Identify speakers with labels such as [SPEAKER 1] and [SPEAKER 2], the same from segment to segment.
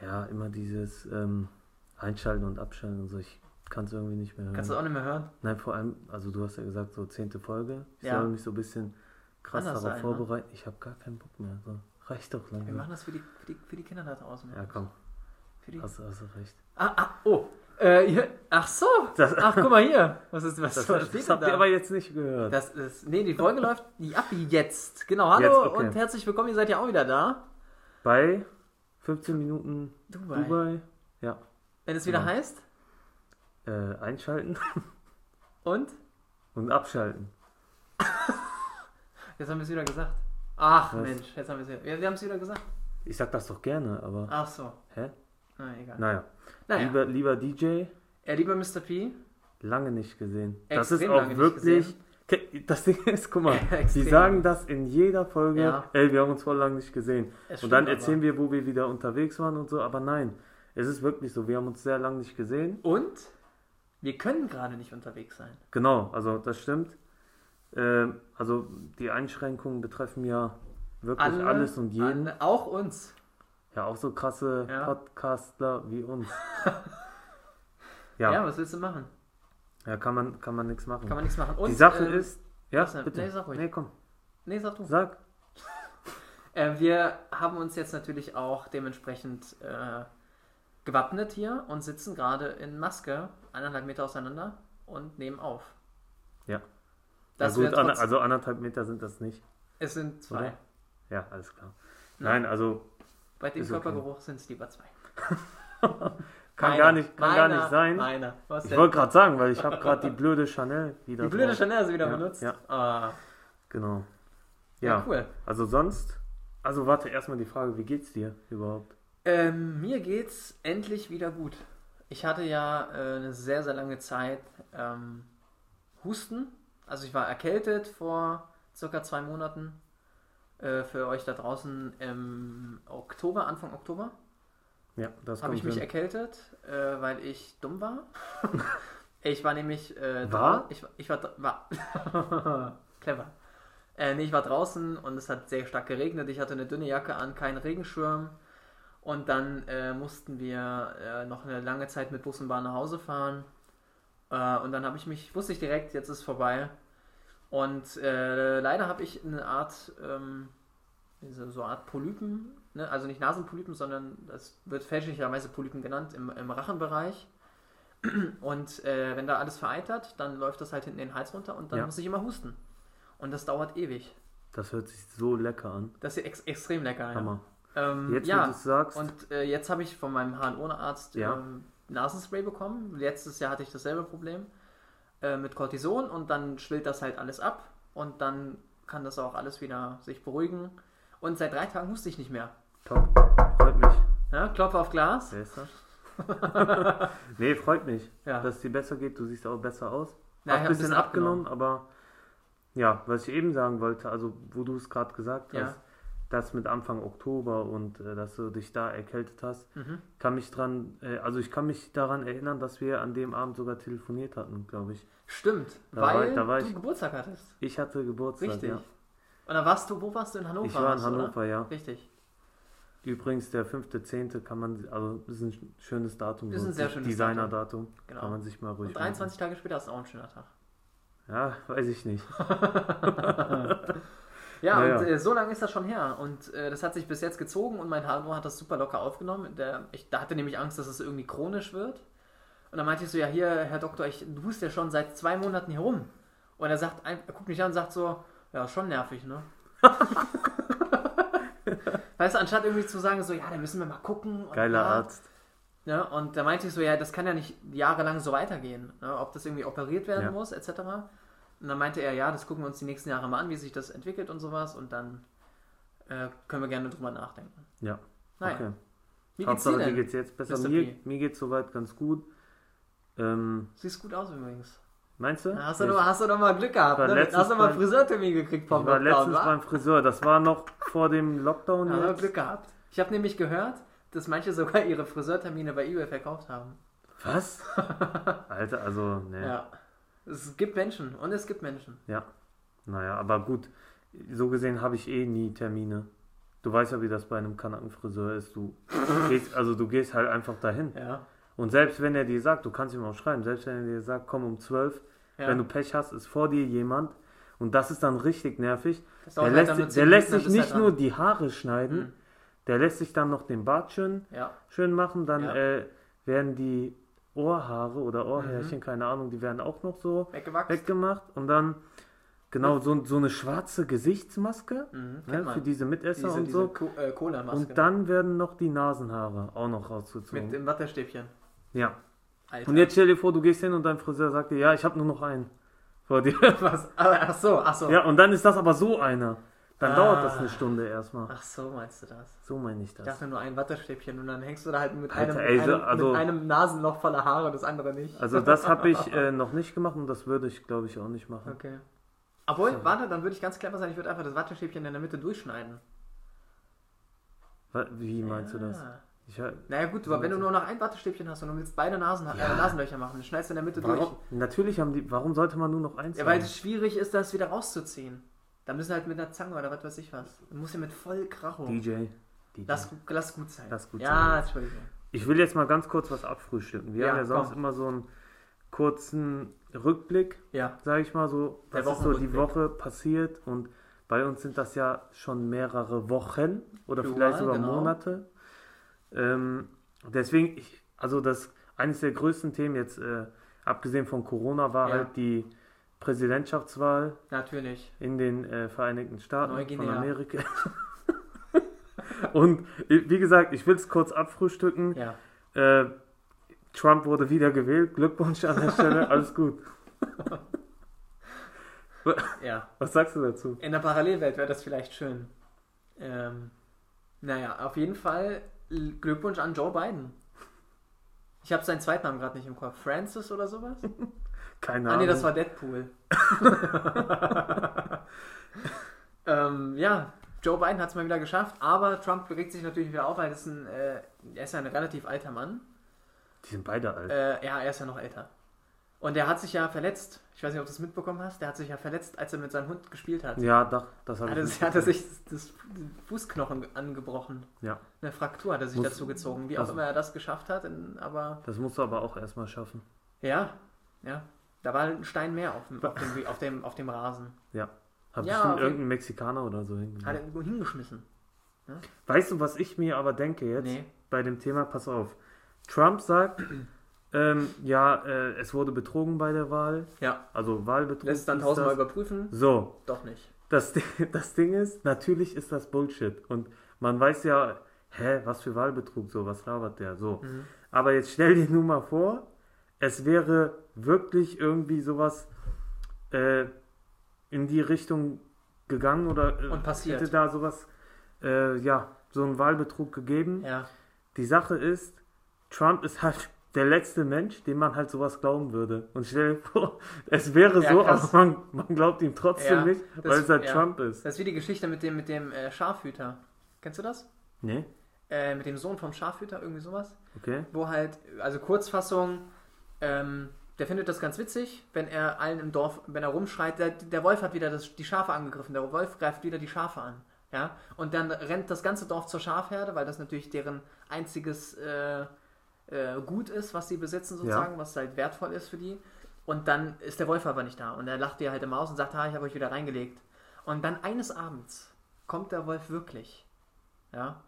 [SPEAKER 1] ja, immer dieses ähm, Einschalten und Abschalten und so. Ich kann es irgendwie nicht mehr hören.
[SPEAKER 2] Kannst du das auch nicht mehr hören?
[SPEAKER 1] Nein, vor allem, also du hast ja gesagt, so zehnte Folge. Ich
[SPEAKER 2] Ja.
[SPEAKER 1] soll mich so ein bisschen krass darauf
[SPEAKER 2] Anders sein, ne?
[SPEAKER 1] vorbereiten. Ich habe gar keinen Bock mehr. So. Reicht doch
[SPEAKER 2] Wir
[SPEAKER 1] langsam.
[SPEAKER 2] machen das für die, für die, für die Kinder da draußen.
[SPEAKER 1] Ja, komm,
[SPEAKER 2] Für die...
[SPEAKER 1] hast, hast du recht.
[SPEAKER 2] Ah, ah, oh. Äh, hier. Ach so.
[SPEAKER 1] Das-
[SPEAKER 2] Ach, guck mal hier. Was ist was,
[SPEAKER 1] Das,
[SPEAKER 2] was
[SPEAKER 1] das,
[SPEAKER 2] steht denn
[SPEAKER 1] habt ihr
[SPEAKER 2] da?
[SPEAKER 1] aber jetzt nicht gehört.
[SPEAKER 2] Das ist, nee, die Folge läuft die ab jetzt. Genau, hallo
[SPEAKER 1] Jetzt, okay.
[SPEAKER 2] und herzlich willkommen, ihr seid ja auch wieder da.
[SPEAKER 1] Bei 15 Minuten
[SPEAKER 2] Dubai.
[SPEAKER 1] Dubai. Ja.
[SPEAKER 2] Wenn es wieder
[SPEAKER 1] Ja.
[SPEAKER 2] heißt.
[SPEAKER 1] Äh, einschalten
[SPEAKER 2] Und?
[SPEAKER 1] und abschalten.
[SPEAKER 2] Jetzt haben wir es wieder gesagt. Ach
[SPEAKER 1] Was?
[SPEAKER 2] Mensch, jetzt haben wir es wieder. Ja, wir haben es wieder gesagt.
[SPEAKER 1] Ich sag das doch gerne, aber.
[SPEAKER 2] Ach so.
[SPEAKER 1] Hä?
[SPEAKER 2] Na egal.
[SPEAKER 1] Naja.
[SPEAKER 2] naja, lieber,
[SPEAKER 1] Lieber, lieber DJ,
[SPEAKER 2] ja, lieber Mr. P.
[SPEAKER 1] lange nicht gesehen. das
[SPEAKER 2] Extrem
[SPEAKER 1] ist
[SPEAKER 2] lange
[SPEAKER 1] auch
[SPEAKER 2] nicht
[SPEAKER 1] wirklich.
[SPEAKER 2] gesehen.
[SPEAKER 1] Ke- Das Ding ist, guck mal, die
[SPEAKER 2] Extrem
[SPEAKER 1] sagen das in jeder Folge,
[SPEAKER 2] Ja.
[SPEAKER 1] ey, wir haben uns voll lange nicht gesehen.
[SPEAKER 2] Es
[SPEAKER 1] und
[SPEAKER 2] stimmt
[SPEAKER 1] dann
[SPEAKER 2] aber.
[SPEAKER 1] erzählen wir, wo wir wieder unterwegs waren und so, aber nein, es ist wirklich so, wir haben uns sehr lange nicht gesehen.
[SPEAKER 2] Und wir können gerade nicht unterwegs sein.
[SPEAKER 1] Genau, also das stimmt. Ähm, also die Einschränkungen betreffen ja wirklich
[SPEAKER 2] Alle-
[SPEAKER 1] alles und jeden.
[SPEAKER 2] Alle, auch uns.
[SPEAKER 1] Ja, auch so krasse
[SPEAKER 2] Ja.
[SPEAKER 1] Podcastler wie uns.
[SPEAKER 2] Ja.
[SPEAKER 1] ja,
[SPEAKER 2] was willst du machen?
[SPEAKER 1] ja, kann man, kann man nichts machen.
[SPEAKER 2] Kann man nichts machen. Und,
[SPEAKER 1] die Sache
[SPEAKER 2] ähm,
[SPEAKER 1] ist, ja,
[SPEAKER 2] was denn?
[SPEAKER 1] bitte.
[SPEAKER 2] Nee, sag ruhig.
[SPEAKER 1] Nee, komm,
[SPEAKER 2] Nee, sag du.
[SPEAKER 1] sag.
[SPEAKER 2] Äh, wir haben uns jetzt natürlich auch dementsprechend äh, gewappnet hier und sitzen gerade in Maske, eineinhalb Meter auseinander und nehmen auf.
[SPEAKER 1] Ja.
[SPEAKER 2] Das
[SPEAKER 1] ja,
[SPEAKER 2] ja,
[SPEAKER 1] gut, ander, also anderthalb Meter sind das nicht.
[SPEAKER 2] es sind zwei.
[SPEAKER 1] Oder? Ja, alles klar. Nein, also
[SPEAKER 2] Bei dem
[SPEAKER 1] Ist okay.
[SPEAKER 2] Körpergeruch sind es lieber zwei.
[SPEAKER 1] kann,
[SPEAKER 2] Meiner,
[SPEAKER 1] gar nicht, kann gar
[SPEAKER 2] meiner,
[SPEAKER 1] nicht sein.
[SPEAKER 2] Meiner. Was
[SPEAKER 1] Ich
[SPEAKER 2] denn?
[SPEAKER 1] wollte gerade sagen, weil ich habe gerade die blöde Chanel wieder.
[SPEAKER 2] Die blöde
[SPEAKER 1] drauf.
[SPEAKER 2] Chanel hast du wieder
[SPEAKER 1] Ja,
[SPEAKER 2] benutzt.
[SPEAKER 1] ja.
[SPEAKER 2] Ah,
[SPEAKER 1] Genau.
[SPEAKER 2] ja.
[SPEAKER 1] Ja,
[SPEAKER 2] cool.
[SPEAKER 1] also sonst, also warte erstmal die Frage, wie geht's dir überhaupt?
[SPEAKER 2] Ähm, mir geht's endlich wieder gut. Ich hatte ja äh, eine sehr, sehr lange Zeit ähm, Husten. Also ich war erkältet vor circa zwei Monaten. Äh, für euch da draußen im Oktober, Anfang Oktober,
[SPEAKER 1] Ja, das
[SPEAKER 2] habe
[SPEAKER 1] kommt
[SPEAKER 2] ich mich
[SPEAKER 1] hin.
[SPEAKER 2] erkältet, äh, weil ich dumm war. ich war nämlich äh,
[SPEAKER 1] War?
[SPEAKER 2] drau- Ich, war- ich war, dr- war. clever. Äh, nee, ich war draußen und es hat sehr stark geregnet. Ich hatte eine dünne Jacke an, keinen Regenschirm. Und dann äh, mussten wir äh, noch eine lange Zeit mit Bus und Bahn nach Hause fahren. Äh, und dann habe ich mich, wusste ich direkt, jetzt ist vorbei. Und äh, leider habe ich eine Art, ähm, so, so eine Art Polypen, ne? also nicht Nasenpolypen, sondern das wird fälschlicherweise Polypen genannt im, im Rachenbereich. Und äh, wenn da alles vereitert, dann läuft das halt hinten den Hals runter und dann
[SPEAKER 1] Ja.
[SPEAKER 2] muss ich immer husten. Und das dauert ewig.
[SPEAKER 1] Das hört sich so lecker an.
[SPEAKER 2] Das ist ex extrem lecker. Ja.
[SPEAKER 1] Hammer.
[SPEAKER 2] Ähm,
[SPEAKER 1] Jetzt,
[SPEAKER 2] ja.
[SPEAKER 1] wo du es sagst,
[SPEAKER 2] Und äh, jetzt habe ich von meinem HNO-Arzt
[SPEAKER 1] Ja.
[SPEAKER 2] ähm, Nasenspray bekommen. Letztes Jahr hatte ich dasselbe Problem äh, mit Cortison und dann schwillt das halt alles ab und dann kann das auch alles wieder sich beruhigen. Und seit drei Tagen huste ich nicht mehr.
[SPEAKER 1] top, freut mich.
[SPEAKER 2] Ja, Klopfe auf Glas.
[SPEAKER 1] Wer ist das? nee, freut mich,
[SPEAKER 2] Ja.
[SPEAKER 1] dass es dir besser geht. Du siehst auch besser aus.
[SPEAKER 2] Na,
[SPEAKER 1] Hab
[SPEAKER 2] ich hab
[SPEAKER 1] ein bisschen abgenommen, aber ja, was ich eben sagen wollte, also wo du es gerade gesagt
[SPEAKER 2] Ja.
[SPEAKER 1] hast, das mit Anfang Oktober und äh, dass du dich da erkältet hast,
[SPEAKER 2] Mhm.
[SPEAKER 1] kann mich dran, äh, also ich kann mich daran erinnern, dass wir an dem Abend sogar telefoniert hatten, glaube ich.
[SPEAKER 2] Stimmt,
[SPEAKER 1] Da war
[SPEAKER 2] weil
[SPEAKER 1] ich- da war
[SPEAKER 2] du
[SPEAKER 1] ich-
[SPEAKER 2] Geburtstag hattest.
[SPEAKER 1] Ich hatte Geburtstag,
[SPEAKER 2] Richtig.
[SPEAKER 1] ja.
[SPEAKER 2] Und dann warst du, wo warst du? In Hannover?
[SPEAKER 1] Ich war in
[SPEAKER 2] warst du, oder?
[SPEAKER 1] Hannover, ja.
[SPEAKER 2] Richtig.
[SPEAKER 1] Übrigens, der 5.10. kann man, also ist ein schönes Datum.
[SPEAKER 2] Ist ein sehr schönes
[SPEAKER 1] Designer-Datum.
[SPEAKER 2] Genau.
[SPEAKER 1] Kann man sich mal ruhig
[SPEAKER 2] Und 23 Tage später ist auch ein schöner Tag.
[SPEAKER 1] Machen. Ja, weiß ich nicht.
[SPEAKER 2] Ja,
[SPEAKER 1] Naja.
[SPEAKER 2] und äh, so lange ist das schon her. Und äh, das hat sich bis jetzt gezogen und mein HNO hat das super locker aufgenommen. Der, ich da hatte nämlich Angst, dass es irgendwie chronisch wird. Und dann meinte ich so, ja hier, Herr Doktor, ich, du bist ja schon seit zwei Monaten hier rum. Und er sagt, ein- er guckt mich an und sagt so, ja, ist schon nervig, ne? weißt du, anstatt irgendwie zu sagen, so, ja, da müssen wir mal gucken. und
[SPEAKER 1] Geiler
[SPEAKER 2] bla.
[SPEAKER 1] Arzt.
[SPEAKER 2] Ne? Und da meinte ich so, ja, das kann ja nicht jahrelang so weitergehen, ne? ob das irgendwie operiert werden
[SPEAKER 1] Ja.
[SPEAKER 2] muss, etc. Und dann meinte er, ja, das gucken wir uns die nächsten Jahre mal an, wie sich das entwickelt und sowas und dann äh, können wir gerne drüber nachdenken.
[SPEAKER 1] Ja.
[SPEAKER 2] Naja.
[SPEAKER 1] Okay.
[SPEAKER 2] Wie geht's dir
[SPEAKER 1] Hauptsache, dir
[SPEAKER 2] denn?
[SPEAKER 1] geht's jetzt besser.
[SPEAKER 2] Mr.
[SPEAKER 1] Mir,
[SPEAKER 2] P?
[SPEAKER 1] mir geht's soweit ganz gut. Ähm,
[SPEAKER 2] Siehst gut aus übrigens.
[SPEAKER 1] meinst du?
[SPEAKER 2] Na, Hast du,
[SPEAKER 1] ich,
[SPEAKER 2] doch, hast du doch mal Glück gehabt,
[SPEAKER 1] war
[SPEAKER 2] ne?
[SPEAKER 1] letztens
[SPEAKER 2] Hast du mal
[SPEAKER 1] beim-
[SPEAKER 2] Friseurtermin gekriegt
[SPEAKER 1] ich war letztens
[SPEAKER 2] wa?
[SPEAKER 1] beim Friseur. Das war noch vor dem Lockdown.
[SPEAKER 2] Hast du
[SPEAKER 1] jetzt.
[SPEAKER 2] Glück gehabt. Ich habe nämlich gehört, dass manche sogar ihre Friseurtermine bei eBay verkauft haben.
[SPEAKER 1] Was? Alter, also, ne. Ja.
[SPEAKER 2] Ja. Es gibt Menschen und es gibt Menschen.
[SPEAKER 1] Naja, aber gut. So gesehen habe ich eh nie Termine. Du weißt ja, wie das bei einem Kanakenfriseur ist. Du gehst, also du gehst halt einfach dahin.
[SPEAKER 2] Ja.
[SPEAKER 1] Und selbst wenn er dir sagt, du kannst ihm auch schreiben, selbst wenn er dir sagt, komm um 12,
[SPEAKER 2] ja.
[SPEAKER 1] wenn du Pech hast, ist vor dir jemand. Und das ist dann richtig nervig.
[SPEAKER 2] Das dauert
[SPEAKER 1] Der
[SPEAKER 2] halt
[SPEAKER 1] lässt,
[SPEAKER 2] dann nur
[SPEAKER 1] der
[SPEAKER 2] zehn
[SPEAKER 1] lässt
[SPEAKER 2] Minuten,
[SPEAKER 1] sich
[SPEAKER 2] dann bist
[SPEAKER 1] nicht
[SPEAKER 2] du halt
[SPEAKER 1] nur die Haare schneiden,
[SPEAKER 2] Mhm.
[SPEAKER 1] der lässt sich dann noch den Bart schön,
[SPEAKER 2] dran. Ja.
[SPEAKER 1] schön machen. Dann
[SPEAKER 2] Ja.
[SPEAKER 1] äh, werden die Ohrhaare oder Ohrhärchen,
[SPEAKER 2] Mhm.
[SPEAKER 1] keine Ahnung, die werden auch noch so
[SPEAKER 2] Weggewachsen.
[SPEAKER 1] weggemacht. Und dann genau so, so eine schwarze Gesichtsmaske
[SPEAKER 2] Mhm,
[SPEAKER 1] ne,
[SPEAKER 2] kennt man.
[SPEAKER 1] für diese Mitesser
[SPEAKER 2] diese,
[SPEAKER 1] und
[SPEAKER 2] diese
[SPEAKER 1] so.
[SPEAKER 2] Co äh, Cola-Maske.
[SPEAKER 1] Und dann werden noch die Nasenhaare auch noch
[SPEAKER 2] Mit
[SPEAKER 1] rausgezogen.
[SPEAKER 2] dem Wattestäbchen.
[SPEAKER 1] ja.
[SPEAKER 2] Alter.
[SPEAKER 1] Und jetzt stell dir vor, du gehst hin und dein Friseur sagt dir, ja, ich habe nur noch einen vor dir.
[SPEAKER 2] was? Ah, Ach so, ach so.
[SPEAKER 1] Ja, und dann ist das aber so einer. Dann
[SPEAKER 2] Ah.
[SPEAKER 1] dauert das eine Stunde erstmal.
[SPEAKER 2] Ach so, meinst du das?
[SPEAKER 1] So meine ich
[SPEAKER 2] Ich
[SPEAKER 1] das.
[SPEAKER 2] dachte nur ein Wattestäbchen und dann hängst du da halt mit,
[SPEAKER 1] Alter,
[SPEAKER 2] einem,
[SPEAKER 1] ey,
[SPEAKER 2] mit,
[SPEAKER 1] so-
[SPEAKER 2] einem,
[SPEAKER 1] also-
[SPEAKER 2] mit einem Nasenloch voller Haare und das andere nicht.
[SPEAKER 1] Also das habe ich äh, noch nicht gemacht und das würde ich, glaube ich, auch nicht machen.
[SPEAKER 2] Okay. Obwohl, warte, dann würde ich ganz clever sein, ich würde einfach das Wattestäbchen in der Mitte durchschneiden.
[SPEAKER 1] Wa- Wie meinst du das?
[SPEAKER 2] Ah.
[SPEAKER 1] Ich, äh,
[SPEAKER 2] Naja gut, aber wenn du nur noch ein Wattestäbchen hast und du willst beide Nasen, äh, Nasenlöcher machen, dann schneidest du in der Mitte durch.
[SPEAKER 1] warum, natürlich haben die. Warum sollte man nur noch eins
[SPEAKER 2] Ja, weil
[SPEAKER 1] haben?
[SPEAKER 2] es schwierig ist, das wieder rauszuziehen. Da müssen halt mit einer Zange oder was weiß ich was. Du musst ja mit voll Kracho.
[SPEAKER 1] DJ. DJ.
[SPEAKER 2] Lass, gu- lass gut sein.
[SPEAKER 1] Lass gut
[SPEAKER 2] ja,
[SPEAKER 1] sein.
[SPEAKER 2] Ja, Entschuldigung.
[SPEAKER 1] Ich will jetzt mal ganz kurz was abfrühstücken. Wir
[SPEAKER 2] Ja,
[SPEAKER 1] haben ja sonst
[SPEAKER 2] komm.
[SPEAKER 1] immer so einen kurzen Rückblick,
[SPEAKER 2] Ja,
[SPEAKER 1] sage ich mal so.
[SPEAKER 2] Der
[SPEAKER 1] Was ist so die
[SPEAKER 2] Wochenrückblick.
[SPEAKER 1] Woche passiert? Und bei uns sind das ja schon mehrere Wochen oder
[SPEAKER 2] Plural,
[SPEAKER 1] vielleicht sogar
[SPEAKER 2] genau.
[SPEAKER 1] Monate. Ähm, deswegen, ich, also das eines der größten Themen jetzt, äh, abgesehen von Corona, war
[SPEAKER 2] Ja.
[SPEAKER 1] halt die Präsidentschaftswahl
[SPEAKER 2] natürlich.
[SPEAKER 1] in den äh, Vereinigten Staaten von
[SPEAKER 2] Neuguinea.
[SPEAKER 1] Amerika. Und äh, wie gesagt, ich will es kurz abfrühstücken.
[SPEAKER 2] Ja.
[SPEAKER 1] Äh, Trump wurde wieder gewählt. Glückwunsch an der Stelle. Alles gut.
[SPEAKER 2] ja.
[SPEAKER 1] Was sagst du dazu?
[SPEAKER 2] In der Parallelwelt wäre das vielleicht schön. Ähm, naja, auf jeden Fall l- Glückwunsch an Joe Biden. Ich habe seinen Zweitnamen gerade nicht im Kopf. Francis oder sowas?
[SPEAKER 1] Keine
[SPEAKER 2] Ah
[SPEAKER 1] Ahnung.
[SPEAKER 2] nee, das war Deadpool. ähm, ja, Joe Biden hat es mal wieder geschafft, aber Trump regt sich natürlich wieder auf, weil das ist ein, äh, er ist ja ein relativ alter Mann.
[SPEAKER 1] Die sind beide alt.
[SPEAKER 2] Äh, ja, er ist ja noch älter. Und er hat sich ja verletzt. Ich weiß nicht, ob du es mitbekommen hast. Der hat sich ja verletzt, als er mit seinem Hund gespielt hat.
[SPEAKER 1] ja, doch, das habe
[SPEAKER 2] Hat
[SPEAKER 1] ich.
[SPEAKER 2] er,
[SPEAKER 1] nicht
[SPEAKER 2] hat er
[SPEAKER 1] gesehen.
[SPEAKER 2] sich das, das Fußknochen angebrochen.
[SPEAKER 1] Ja.
[SPEAKER 2] Eine Fraktur hat er sich
[SPEAKER 1] Muss-
[SPEAKER 2] dazu gezogen. Wie
[SPEAKER 1] also-
[SPEAKER 2] auch immer er das geschafft hat, in, aber
[SPEAKER 1] Das musst du aber auch erstmal schaffen.
[SPEAKER 2] ja, ja. Da war halt ein Stein mehr auf dem, auf dem, auf dem, auf dem Rasen.
[SPEAKER 1] Hat
[SPEAKER 2] Ja,
[SPEAKER 1] bestimmt
[SPEAKER 2] auf jeden-
[SPEAKER 1] irgendein Mexikaner oder so
[SPEAKER 2] Hat er
[SPEAKER 1] hingemacht.
[SPEAKER 2] irgendwo hingeschmissen.
[SPEAKER 1] Weißt du, was ich mir aber denke jetzt
[SPEAKER 2] Nee.
[SPEAKER 1] bei dem Thema? Pass auf. Trump sagt, ähm, ja, äh, es wurde betrogen bei der Wahl.
[SPEAKER 2] Ja.
[SPEAKER 1] Also Wahlbetrug.
[SPEAKER 2] Lässt es dann
[SPEAKER 1] ist
[SPEAKER 2] tausendmal
[SPEAKER 1] das.
[SPEAKER 2] überprüfen?
[SPEAKER 1] So,
[SPEAKER 2] Doch nicht.
[SPEAKER 1] Das, Ding- das Ding ist, natürlich ist das Bullshit. Und man weiß ja, hä, was für Wahlbetrug, so, was labert der, so.
[SPEAKER 2] Mhm.
[SPEAKER 1] Aber jetzt stell dir nun mal vor, es wäre wirklich irgendwie sowas äh, in die Richtung gegangen oder äh,
[SPEAKER 2] Und passiert.
[SPEAKER 1] hätte da sowas, äh, ja, so einen Wahlbetrug gegeben.
[SPEAKER 2] Ja.
[SPEAKER 1] Die Sache ist, Trump ist halt der letzte Mensch, dem man halt sowas glauben würde. Und stell dir vor, es wäre
[SPEAKER 2] Ja,
[SPEAKER 1] so,
[SPEAKER 2] krass.
[SPEAKER 1] aber man, man glaubt ihm trotzdem
[SPEAKER 2] Ja,
[SPEAKER 1] nicht,
[SPEAKER 2] das-
[SPEAKER 1] weil es halt
[SPEAKER 2] ja.
[SPEAKER 1] Trump ist.
[SPEAKER 2] Das ist wie die Geschichte mit dem, mit dem äh, Schafhüter. Kennst du das?
[SPEAKER 1] Nee,
[SPEAKER 2] Äh, mit dem Sohn vom Schafhüter, irgendwie sowas?
[SPEAKER 1] okay.
[SPEAKER 2] wo halt, also Kurzfassung, ähm, der findet das ganz witzig, wenn er allen im Dorf, wenn er rumschreit, der, der Wolf hat wieder das, die Schafe angegriffen, der Wolf greift wieder die Schafe an. Ja? Und dann rennt das ganze Dorf zur Schafherde, weil das natürlich deren einziges äh, äh, Gut ist, was sie besitzen sozusagen, was halt wertvoll ist für die. Und dann ist der Wolf aber nicht da. Und er lacht ihr halt im Maus und sagt, ha, ich habe euch wieder reingelegt. Und dann eines Abends kommt der Wolf wirklich. Ja.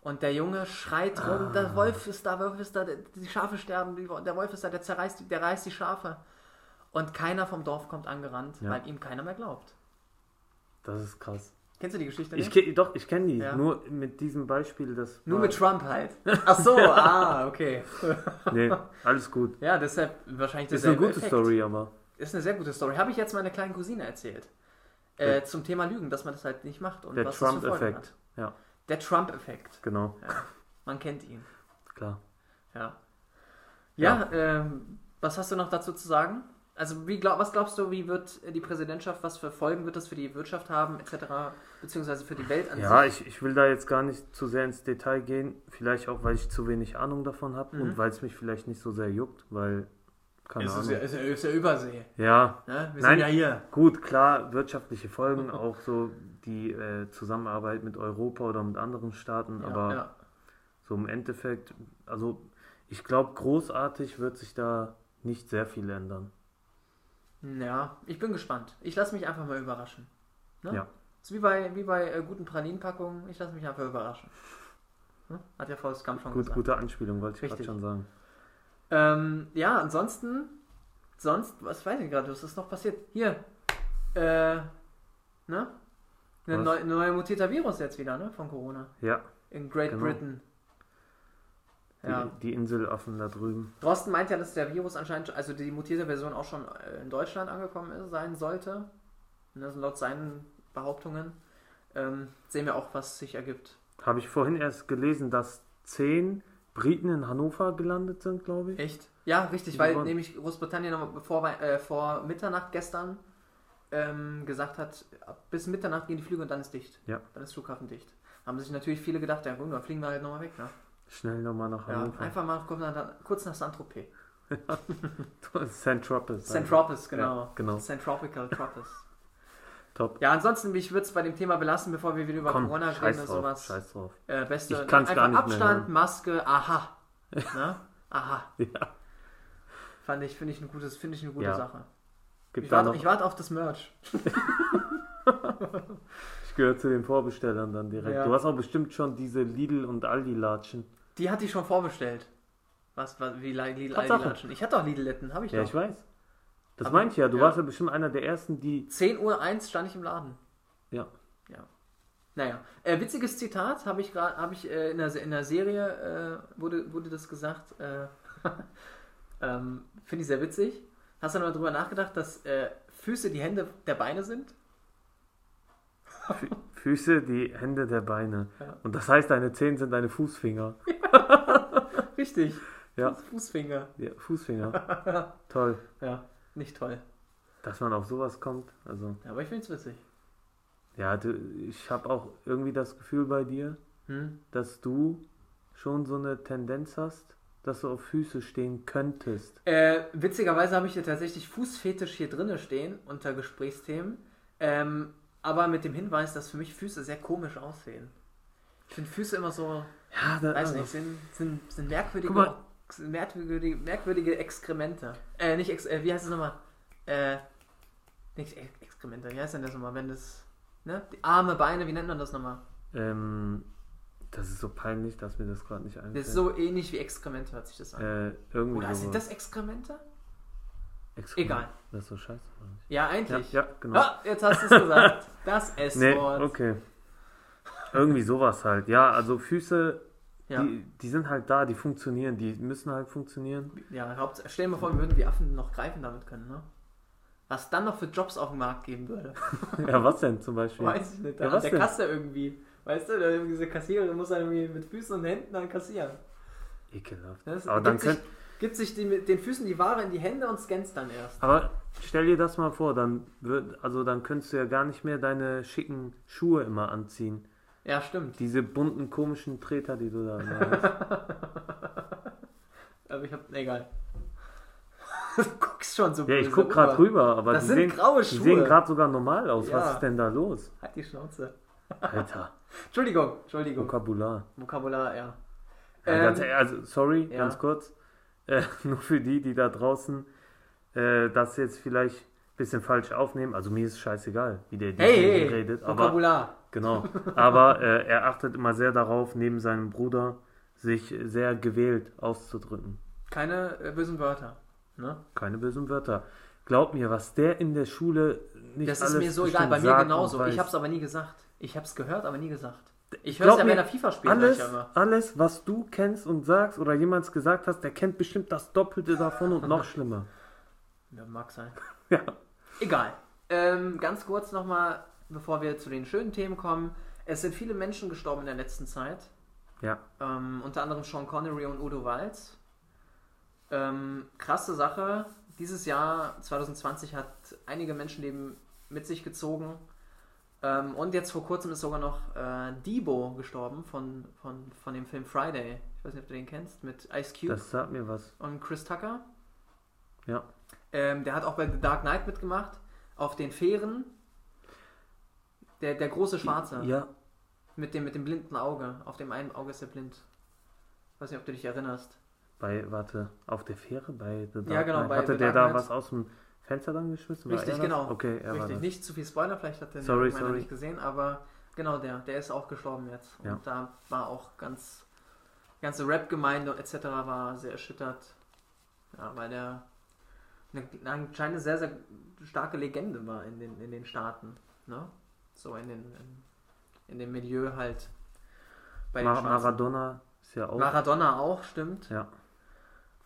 [SPEAKER 2] Und der Junge schreit rum,
[SPEAKER 1] Ah.
[SPEAKER 2] der Wolf ist da, Wolf ist da, die Schafe sterben, die- der Wolf ist da, der zerreißt, der reißt die Schafe. Und keiner vom Dorf kommt angerannt,
[SPEAKER 1] Ja.
[SPEAKER 2] weil ihm keiner mehr glaubt.
[SPEAKER 1] Das ist krass.
[SPEAKER 2] Kennst du die Geschichte?
[SPEAKER 1] Ich
[SPEAKER 2] nicht?
[SPEAKER 1] ke- doch, ich kenne die.
[SPEAKER 2] Ja.
[SPEAKER 1] Nur mit diesem Beispiel, das.
[SPEAKER 2] Nur
[SPEAKER 1] war-
[SPEAKER 2] mit Trump halt. Ach so, ah, okay.
[SPEAKER 1] Nee, alles gut.
[SPEAKER 2] Ja, deshalb wahrscheinlich
[SPEAKER 1] Ist eine
[SPEAKER 2] derselbe
[SPEAKER 1] gute
[SPEAKER 2] Effekt.
[SPEAKER 1] Story, aber.
[SPEAKER 2] Ist eine sehr gute Story. Habe ich jetzt meiner kleinen Cousine erzählt. Äh, Zum Thema Lügen, dass man das halt nicht macht. Und
[SPEAKER 1] Der
[SPEAKER 2] was das für Folgen
[SPEAKER 1] Trump-Effekt.
[SPEAKER 2] hat.
[SPEAKER 1] Ja,
[SPEAKER 2] Der Trump-Effekt.
[SPEAKER 1] genau,
[SPEAKER 2] Man kennt ihn.
[SPEAKER 1] klar.
[SPEAKER 2] Ja. Ja, ähm, was hast du noch dazu zu sagen? Also, wie glaub, was glaubst du, wie wird die Präsidentschaft, was für Folgen wird das für die Wirtschaft haben, etc., beziehungsweise für die Welt an
[SPEAKER 1] Ja,
[SPEAKER 2] sich?
[SPEAKER 1] ich, ich will da jetzt gar nicht zu sehr ins Detail gehen. Vielleicht auch, weil ich zu wenig Ahnung davon habe und weil es mich vielleicht nicht so sehr juckt, weil Keine
[SPEAKER 2] Es Mhm. ist, ja,
[SPEAKER 1] Ahnung.
[SPEAKER 2] ist, ja, ist ja Übersee.
[SPEAKER 1] Ja,
[SPEAKER 2] Ne?
[SPEAKER 1] Nein.
[SPEAKER 2] Wir sind ja hier.
[SPEAKER 1] gut, klar, wirtschaftliche Folgen, auch so die äh, Zusammenarbeit mit Europa oder mit anderen Staaten,
[SPEAKER 2] Ja,
[SPEAKER 1] aber
[SPEAKER 2] ja.
[SPEAKER 1] so im Endeffekt, also ich glaube, großartig wird sich da nicht sehr viel ändern.
[SPEAKER 2] ja, ich bin gespannt. Ich lasse mich einfach mal überraschen. Ne?
[SPEAKER 1] Ja.
[SPEAKER 2] Ist wie bei, wie bei äh, guten Pralinenpackungen. Ich lasse mich einfach überraschen. Ne? Hat ja Forrest Gump schon
[SPEAKER 1] Gut,
[SPEAKER 2] gesagt.
[SPEAKER 1] gute Anspielung, wollte ich gerade
[SPEAKER 2] Richtig.
[SPEAKER 1] schon sagen.
[SPEAKER 2] Ähm, ja, ansonsten, sonst, was weiß ich gerade, was ist noch passiert? Hier, äh, ne? Ein
[SPEAKER 1] Was?
[SPEAKER 2] neu, neuer mutierter Virus jetzt wieder, ne? Von Corona.
[SPEAKER 1] Ja,
[SPEAKER 2] In Great
[SPEAKER 1] Genau.
[SPEAKER 2] Britain.
[SPEAKER 1] die,
[SPEAKER 2] Ja.
[SPEAKER 1] die Inselaffen da drüben.
[SPEAKER 2] Drosten meint ja, dass der Virus anscheinend, also die mutierte Version auch schon äh, in Deutschland angekommen ist, sein sollte. Und Das sind laut seinen Behauptungen. Ähm, sehen wir auch, was sich ergibt.
[SPEAKER 1] Habe ich vorhin erst gelesen, dass zehn Briten in Hannover gelandet sind, glaube ich.
[SPEAKER 2] Echt? Ja, richtig,
[SPEAKER 1] Die
[SPEAKER 2] weil
[SPEAKER 1] gewonnen.
[SPEAKER 2] nämlich Großbritannien noch vor, Wei- äh, vor Mitternacht gestern ähm, gesagt hat, ab- bis Mitternacht gehen die Flüge und dann ist dicht.
[SPEAKER 1] Ja.
[SPEAKER 2] Dann ist Flughafen dicht. Haben sich natürlich viele gedacht, ja gut, dann fliegen wir halt nochmal weg. Ne?
[SPEAKER 1] Schnell nochmal nach
[SPEAKER 2] Ja,
[SPEAKER 1] Hannover.
[SPEAKER 2] einfach mal kurz nach, kurz nach Saint-Tropez.
[SPEAKER 1] St. Tropez.
[SPEAKER 2] Saint-Tropez, genau.
[SPEAKER 1] Ja, genau.
[SPEAKER 2] Centropical Tropez.
[SPEAKER 1] Top.
[SPEAKER 2] Ja, ansonsten, ich würde es bei dem Thema belassen, bevor wir wieder über
[SPEAKER 1] Komm,
[SPEAKER 2] Corona
[SPEAKER 1] scheiß
[SPEAKER 2] reden und
[SPEAKER 1] drauf,
[SPEAKER 2] sowas.
[SPEAKER 1] scheiß drauf.
[SPEAKER 2] Äh, beste
[SPEAKER 1] Ich kann's
[SPEAKER 2] einfach
[SPEAKER 1] gar nicht mehr
[SPEAKER 2] Abstand,
[SPEAKER 1] hören.
[SPEAKER 2] Maske, aha. Ne? Aha.
[SPEAKER 1] Ja,
[SPEAKER 2] Fand ich, finde ich ein gutes, finde ich eine gute
[SPEAKER 1] Ja.
[SPEAKER 2] Sache.
[SPEAKER 1] gibt
[SPEAKER 2] Ich
[SPEAKER 1] da
[SPEAKER 2] warte
[SPEAKER 1] noch.
[SPEAKER 2] ich warte auf das Merch.
[SPEAKER 1] Ich gehöre zu den Vorbestellern dann direkt.
[SPEAKER 2] Ja.
[SPEAKER 1] Du hast auch bestimmt schon diese Lidl und Aldi-Latschen.
[SPEAKER 2] Die hat die schon vorbestellt. Was, was wie Lidl- Lidl
[SPEAKER 1] Tatsache.
[SPEAKER 2] Aldi-Latschen? Ich hatte auch Lidl-Letten, habe ich
[SPEAKER 1] Ja,
[SPEAKER 2] ja,
[SPEAKER 1] ich
[SPEAKER 2] noch.
[SPEAKER 1] weiß. Das
[SPEAKER 2] Aber-
[SPEAKER 1] meinte ich ja. Du
[SPEAKER 2] ja.
[SPEAKER 1] warst ja bestimmt einer der ersten, die.
[SPEAKER 2] 10 Uhr 1 stand ich im Laden.
[SPEAKER 1] Ja.
[SPEAKER 2] Naja, äh, witziges Zitat habe ich gerade, habe ich äh, in, der, Se- in der Serie, äh, wurde, wurde das gesagt, äh, ähm, finde ich sehr witzig. Hast du noch mal drüber nachgedacht, dass äh, Füße die Hände der Beine sind?
[SPEAKER 1] Fü- Füße, die Hände der Beine.
[SPEAKER 2] Ja.
[SPEAKER 1] Und das heißt, deine Zehen sind deine Fußfinger.
[SPEAKER 2] Richtig.
[SPEAKER 1] Ja.
[SPEAKER 2] Fuß- Fußfinger.
[SPEAKER 1] Ja, Fußfinger. Toll,
[SPEAKER 2] Ja, nicht toll.
[SPEAKER 1] dass man auf sowas kommt. Also,
[SPEAKER 2] Aber ich finde es witzig.
[SPEAKER 1] ja, du, ich habe auch irgendwie das Gefühl bei dir,
[SPEAKER 2] Hm?
[SPEAKER 1] dass du schon so eine Tendenz hast, dass du auf Füße stehen könntest.
[SPEAKER 2] Äh, witzigerweise habe ich hier tatsächlich Fußfetisch hier drinne stehen unter Gesprächsthemen. Ähm, aber mit dem Hinweis, dass für mich Füße sehr komisch aussehen. Ich finde Füße immer so,
[SPEAKER 1] Ja, da, also,
[SPEAKER 2] weiß nicht, sind, sind, sind merkwürdige,
[SPEAKER 1] Guck mal.
[SPEAKER 2] sind merkwürdige, merkwürdige Exkremente. Äh, nicht Ex äh, wie heißt es nochmal? Äh, nicht Ex Exkremente, wie heißt denn das nochmal, wenn das, ne? Die Arme, Beine, wie nennt man das nochmal?
[SPEAKER 1] Ähm, das ist so peinlich, dass mir das gerade nicht einfällt.
[SPEAKER 2] Das ist so ähnlich wie Exkremente, hört sich das an.
[SPEAKER 1] äh, irgendwie
[SPEAKER 2] Oder sind
[SPEAKER 1] sowas.
[SPEAKER 2] das Exkremente?
[SPEAKER 1] Exkremente.
[SPEAKER 2] Egal.
[SPEAKER 1] Das ist so scheiße. oder nicht?
[SPEAKER 2] Ja,
[SPEAKER 1] Ja,
[SPEAKER 2] eigentlich.
[SPEAKER 1] ja genau.
[SPEAKER 2] Ah, jetzt hast du es gesagt. Das
[SPEAKER 1] nee,
[SPEAKER 2] S-Wort.
[SPEAKER 1] okay. Irgendwie sowas halt. Ja, also Füße,
[SPEAKER 2] Ja,
[SPEAKER 1] die, die sind halt da, die funktionieren, die müssen halt funktionieren.
[SPEAKER 2] ja Haupts stell dir mal vor, wir würden die Affen noch greifen damit können, ne? Was dann noch für Jobs auf dem Markt geben würde.
[SPEAKER 1] Ja, was denn zum Beispiel?
[SPEAKER 2] Weiß ich nicht.
[SPEAKER 1] Ja,
[SPEAKER 2] an
[SPEAKER 1] was
[SPEAKER 2] der
[SPEAKER 1] denn?
[SPEAKER 2] Kasse irgendwie. Weißt du, da- diese Kassiererin muss dann irgendwie mit Füßen und Händen dann kassieren.
[SPEAKER 1] Ekelhaft.
[SPEAKER 2] Das
[SPEAKER 1] Aber
[SPEAKER 2] gibt,
[SPEAKER 1] dann
[SPEAKER 2] sich,
[SPEAKER 1] könnt,
[SPEAKER 2] gibt sich die, mit den Füßen die Ware in die Hände und scannt dann erst.
[SPEAKER 1] aber stell dir das mal vor, dann wird, also dann könntest du ja gar nicht mehr deine schicken Schuhe immer anziehen.
[SPEAKER 2] Ja, stimmt.
[SPEAKER 1] Diese bunten, komischen Treter, die du da immer hast.
[SPEAKER 2] Aber ich hab. Egal. du guckst schon so
[SPEAKER 1] Ja, ich
[SPEAKER 2] böse
[SPEAKER 1] guck gerade drüber, aber
[SPEAKER 2] Das
[SPEAKER 1] die
[SPEAKER 2] sind
[SPEAKER 1] sehen,
[SPEAKER 2] graue
[SPEAKER 1] die
[SPEAKER 2] Schuhe.
[SPEAKER 1] sehen gerade sogar normal aus.
[SPEAKER 2] Ja.
[SPEAKER 1] Was ist denn da los?
[SPEAKER 2] Halt die Schnauze.
[SPEAKER 1] Alter,
[SPEAKER 2] Entschuldigung, Entschuldigung.
[SPEAKER 1] Vokabular.
[SPEAKER 2] Vokabular, ja.
[SPEAKER 1] Ja,
[SPEAKER 2] Ähm,
[SPEAKER 1] ganz, ehrlich, also, sorry,
[SPEAKER 2] ja.
[SPEAKER 1] ganz kurz. Äh, nur für die, die da draußen äh, das jetzt vielleicht ein bisschen falsch aufnehmen. Also mir ist scheißegal, wie der DJ
[SPEAKER 2] hey, hey,
[SPEAKER 1] redet. Aber,
[SPEAKER 2] Vokabular.
[SPEAKER 1] genau. aber äh, er achtet immer sehr darauf, neben seinem Bruder sich sehr gewählt auszudrücken.
[SPEAKER 2] Keine äh, bösen Wörter. Ne?
[SPEAKER 1] Keine bösen Wörter. Glaub mir, was der in der Schule nicht
[SPEAKER 2] Das
[SPEAKER 1] alles
[SPEAKER 2] ist mir so
[SPEAKER 1] bestimmt
[SPEAKER 2] egal, bei mir
[SPEAKER 1] sagt und
[SPEAKER 2] genauso. Ich
[SPEAKER 1] weiß.
[SPEAKER 2] hab's aber nie gesagt. Ich hab's gehört, aber nie gesagt. Ich
[SPEAKER 1] Glaub
[SPEAKER 2] hör's ja,
[SPEAKER 1] mir,
[SPEAKER 2] wenn er FIFA spielt, sag ich
[SPEAKER 1] alles,
[SPEAKER 2] ja immer.
[SPEAKER 1] alles, was du kennst und sagst oder jemals gesagt hast, der kennt bestimmt das Doppelte davon und noch schlimmer.
[SPEAKER 2] Ja, mag sein.
[SPEAKER 1] Ja.
[SPEAKER 2] Egal. Ähm, ganz kurz nochmal, bevor wir zu den schönen Themen kommen. Es sind viele Menschen gestorben in der letzten Zeit.
[SPEAKER 1] Ja.
[SPEAKER 2] Ähm, unter anderem Sean Connery und Udo Walz. Ähm, krasse Sache. Dieses Jahr 2020 hat einige Menschenleben mit sich gezogen. Ähm, und jetzt vor kurzem ist sogar noch äh, Debo gestorben von, von, von dem Film Friday. Ich weiß nicht, ob du den kennst, mit Ice Cube
[SPEAKER 1] Das sagt mir was.
[SPEAKER 2] und Chris Tucker.
[SPEAKER 1] Ja.
[SPEAKER 2] Ähm, der hat auch bei The Dark Knight mitgemacht. Auf den Fähren. Der, der große Schwarze.
[SPEAKER 1] Ja.
[SPEAKER 2] Mit, dem, mit dem blinden Auge. Auf dem einen Auge ist er blind. Weiß nicht, ob du dich erinnerst.
[SPEAKER 1] Bei, warte, auf der Fähre bei The Dark
[SPEAKER 2] Ja, genau,
[SPEAKER 1] Knight.
[SPEAKER 2] bei
[SPEAKER 1] Hatte
[SPEAKER 2] The
[SPEAKER 1] der
[SPEAKER 2] Dark
[SPEAKER 1] da
[SPEAKER 2] Knight.
[SPEAKER 1] was aus dem Fenster dann geschmissen? War
[SPEAKER 2] Richtig,
[SPEAKER 1] er das?
[SPEAKER 2] genau.
[SPEAKER 1] Okay, er war
[SPEAKER 2] Richtig,
[SPEAKER 1] das.
[SPEAKER 2] nicht zu viel Spoiler, vielleicht hat den
[SPEAKER 1] Sorry,
[SPEAKER 2] irgendeiner
[SPEAKER 1] sorry.
[SPEAKER 2] nicht gesehen, aber genau der, der ist auch gestorben jetzt. Und
[SPEAKER 1] Ja.
[SPEAKER 2] da war auch ganz, ganze Rap-Gemeinde etc. war sehr erschüttert. Ja, weil der eine, anscheinend eine sehr, sehr starke Legende war in den, in den Staaten. Ne? So in den, in, in dem Milieu halt. Bei den
[SPEAKER 1] Mar
[SPEAKER 2] Schwarzen.
[SPEAKER 1] Maradona ist ja auch.
[SPEAKER 2] Maradona auch, stimmt.
[SPEAKER 1] Ja.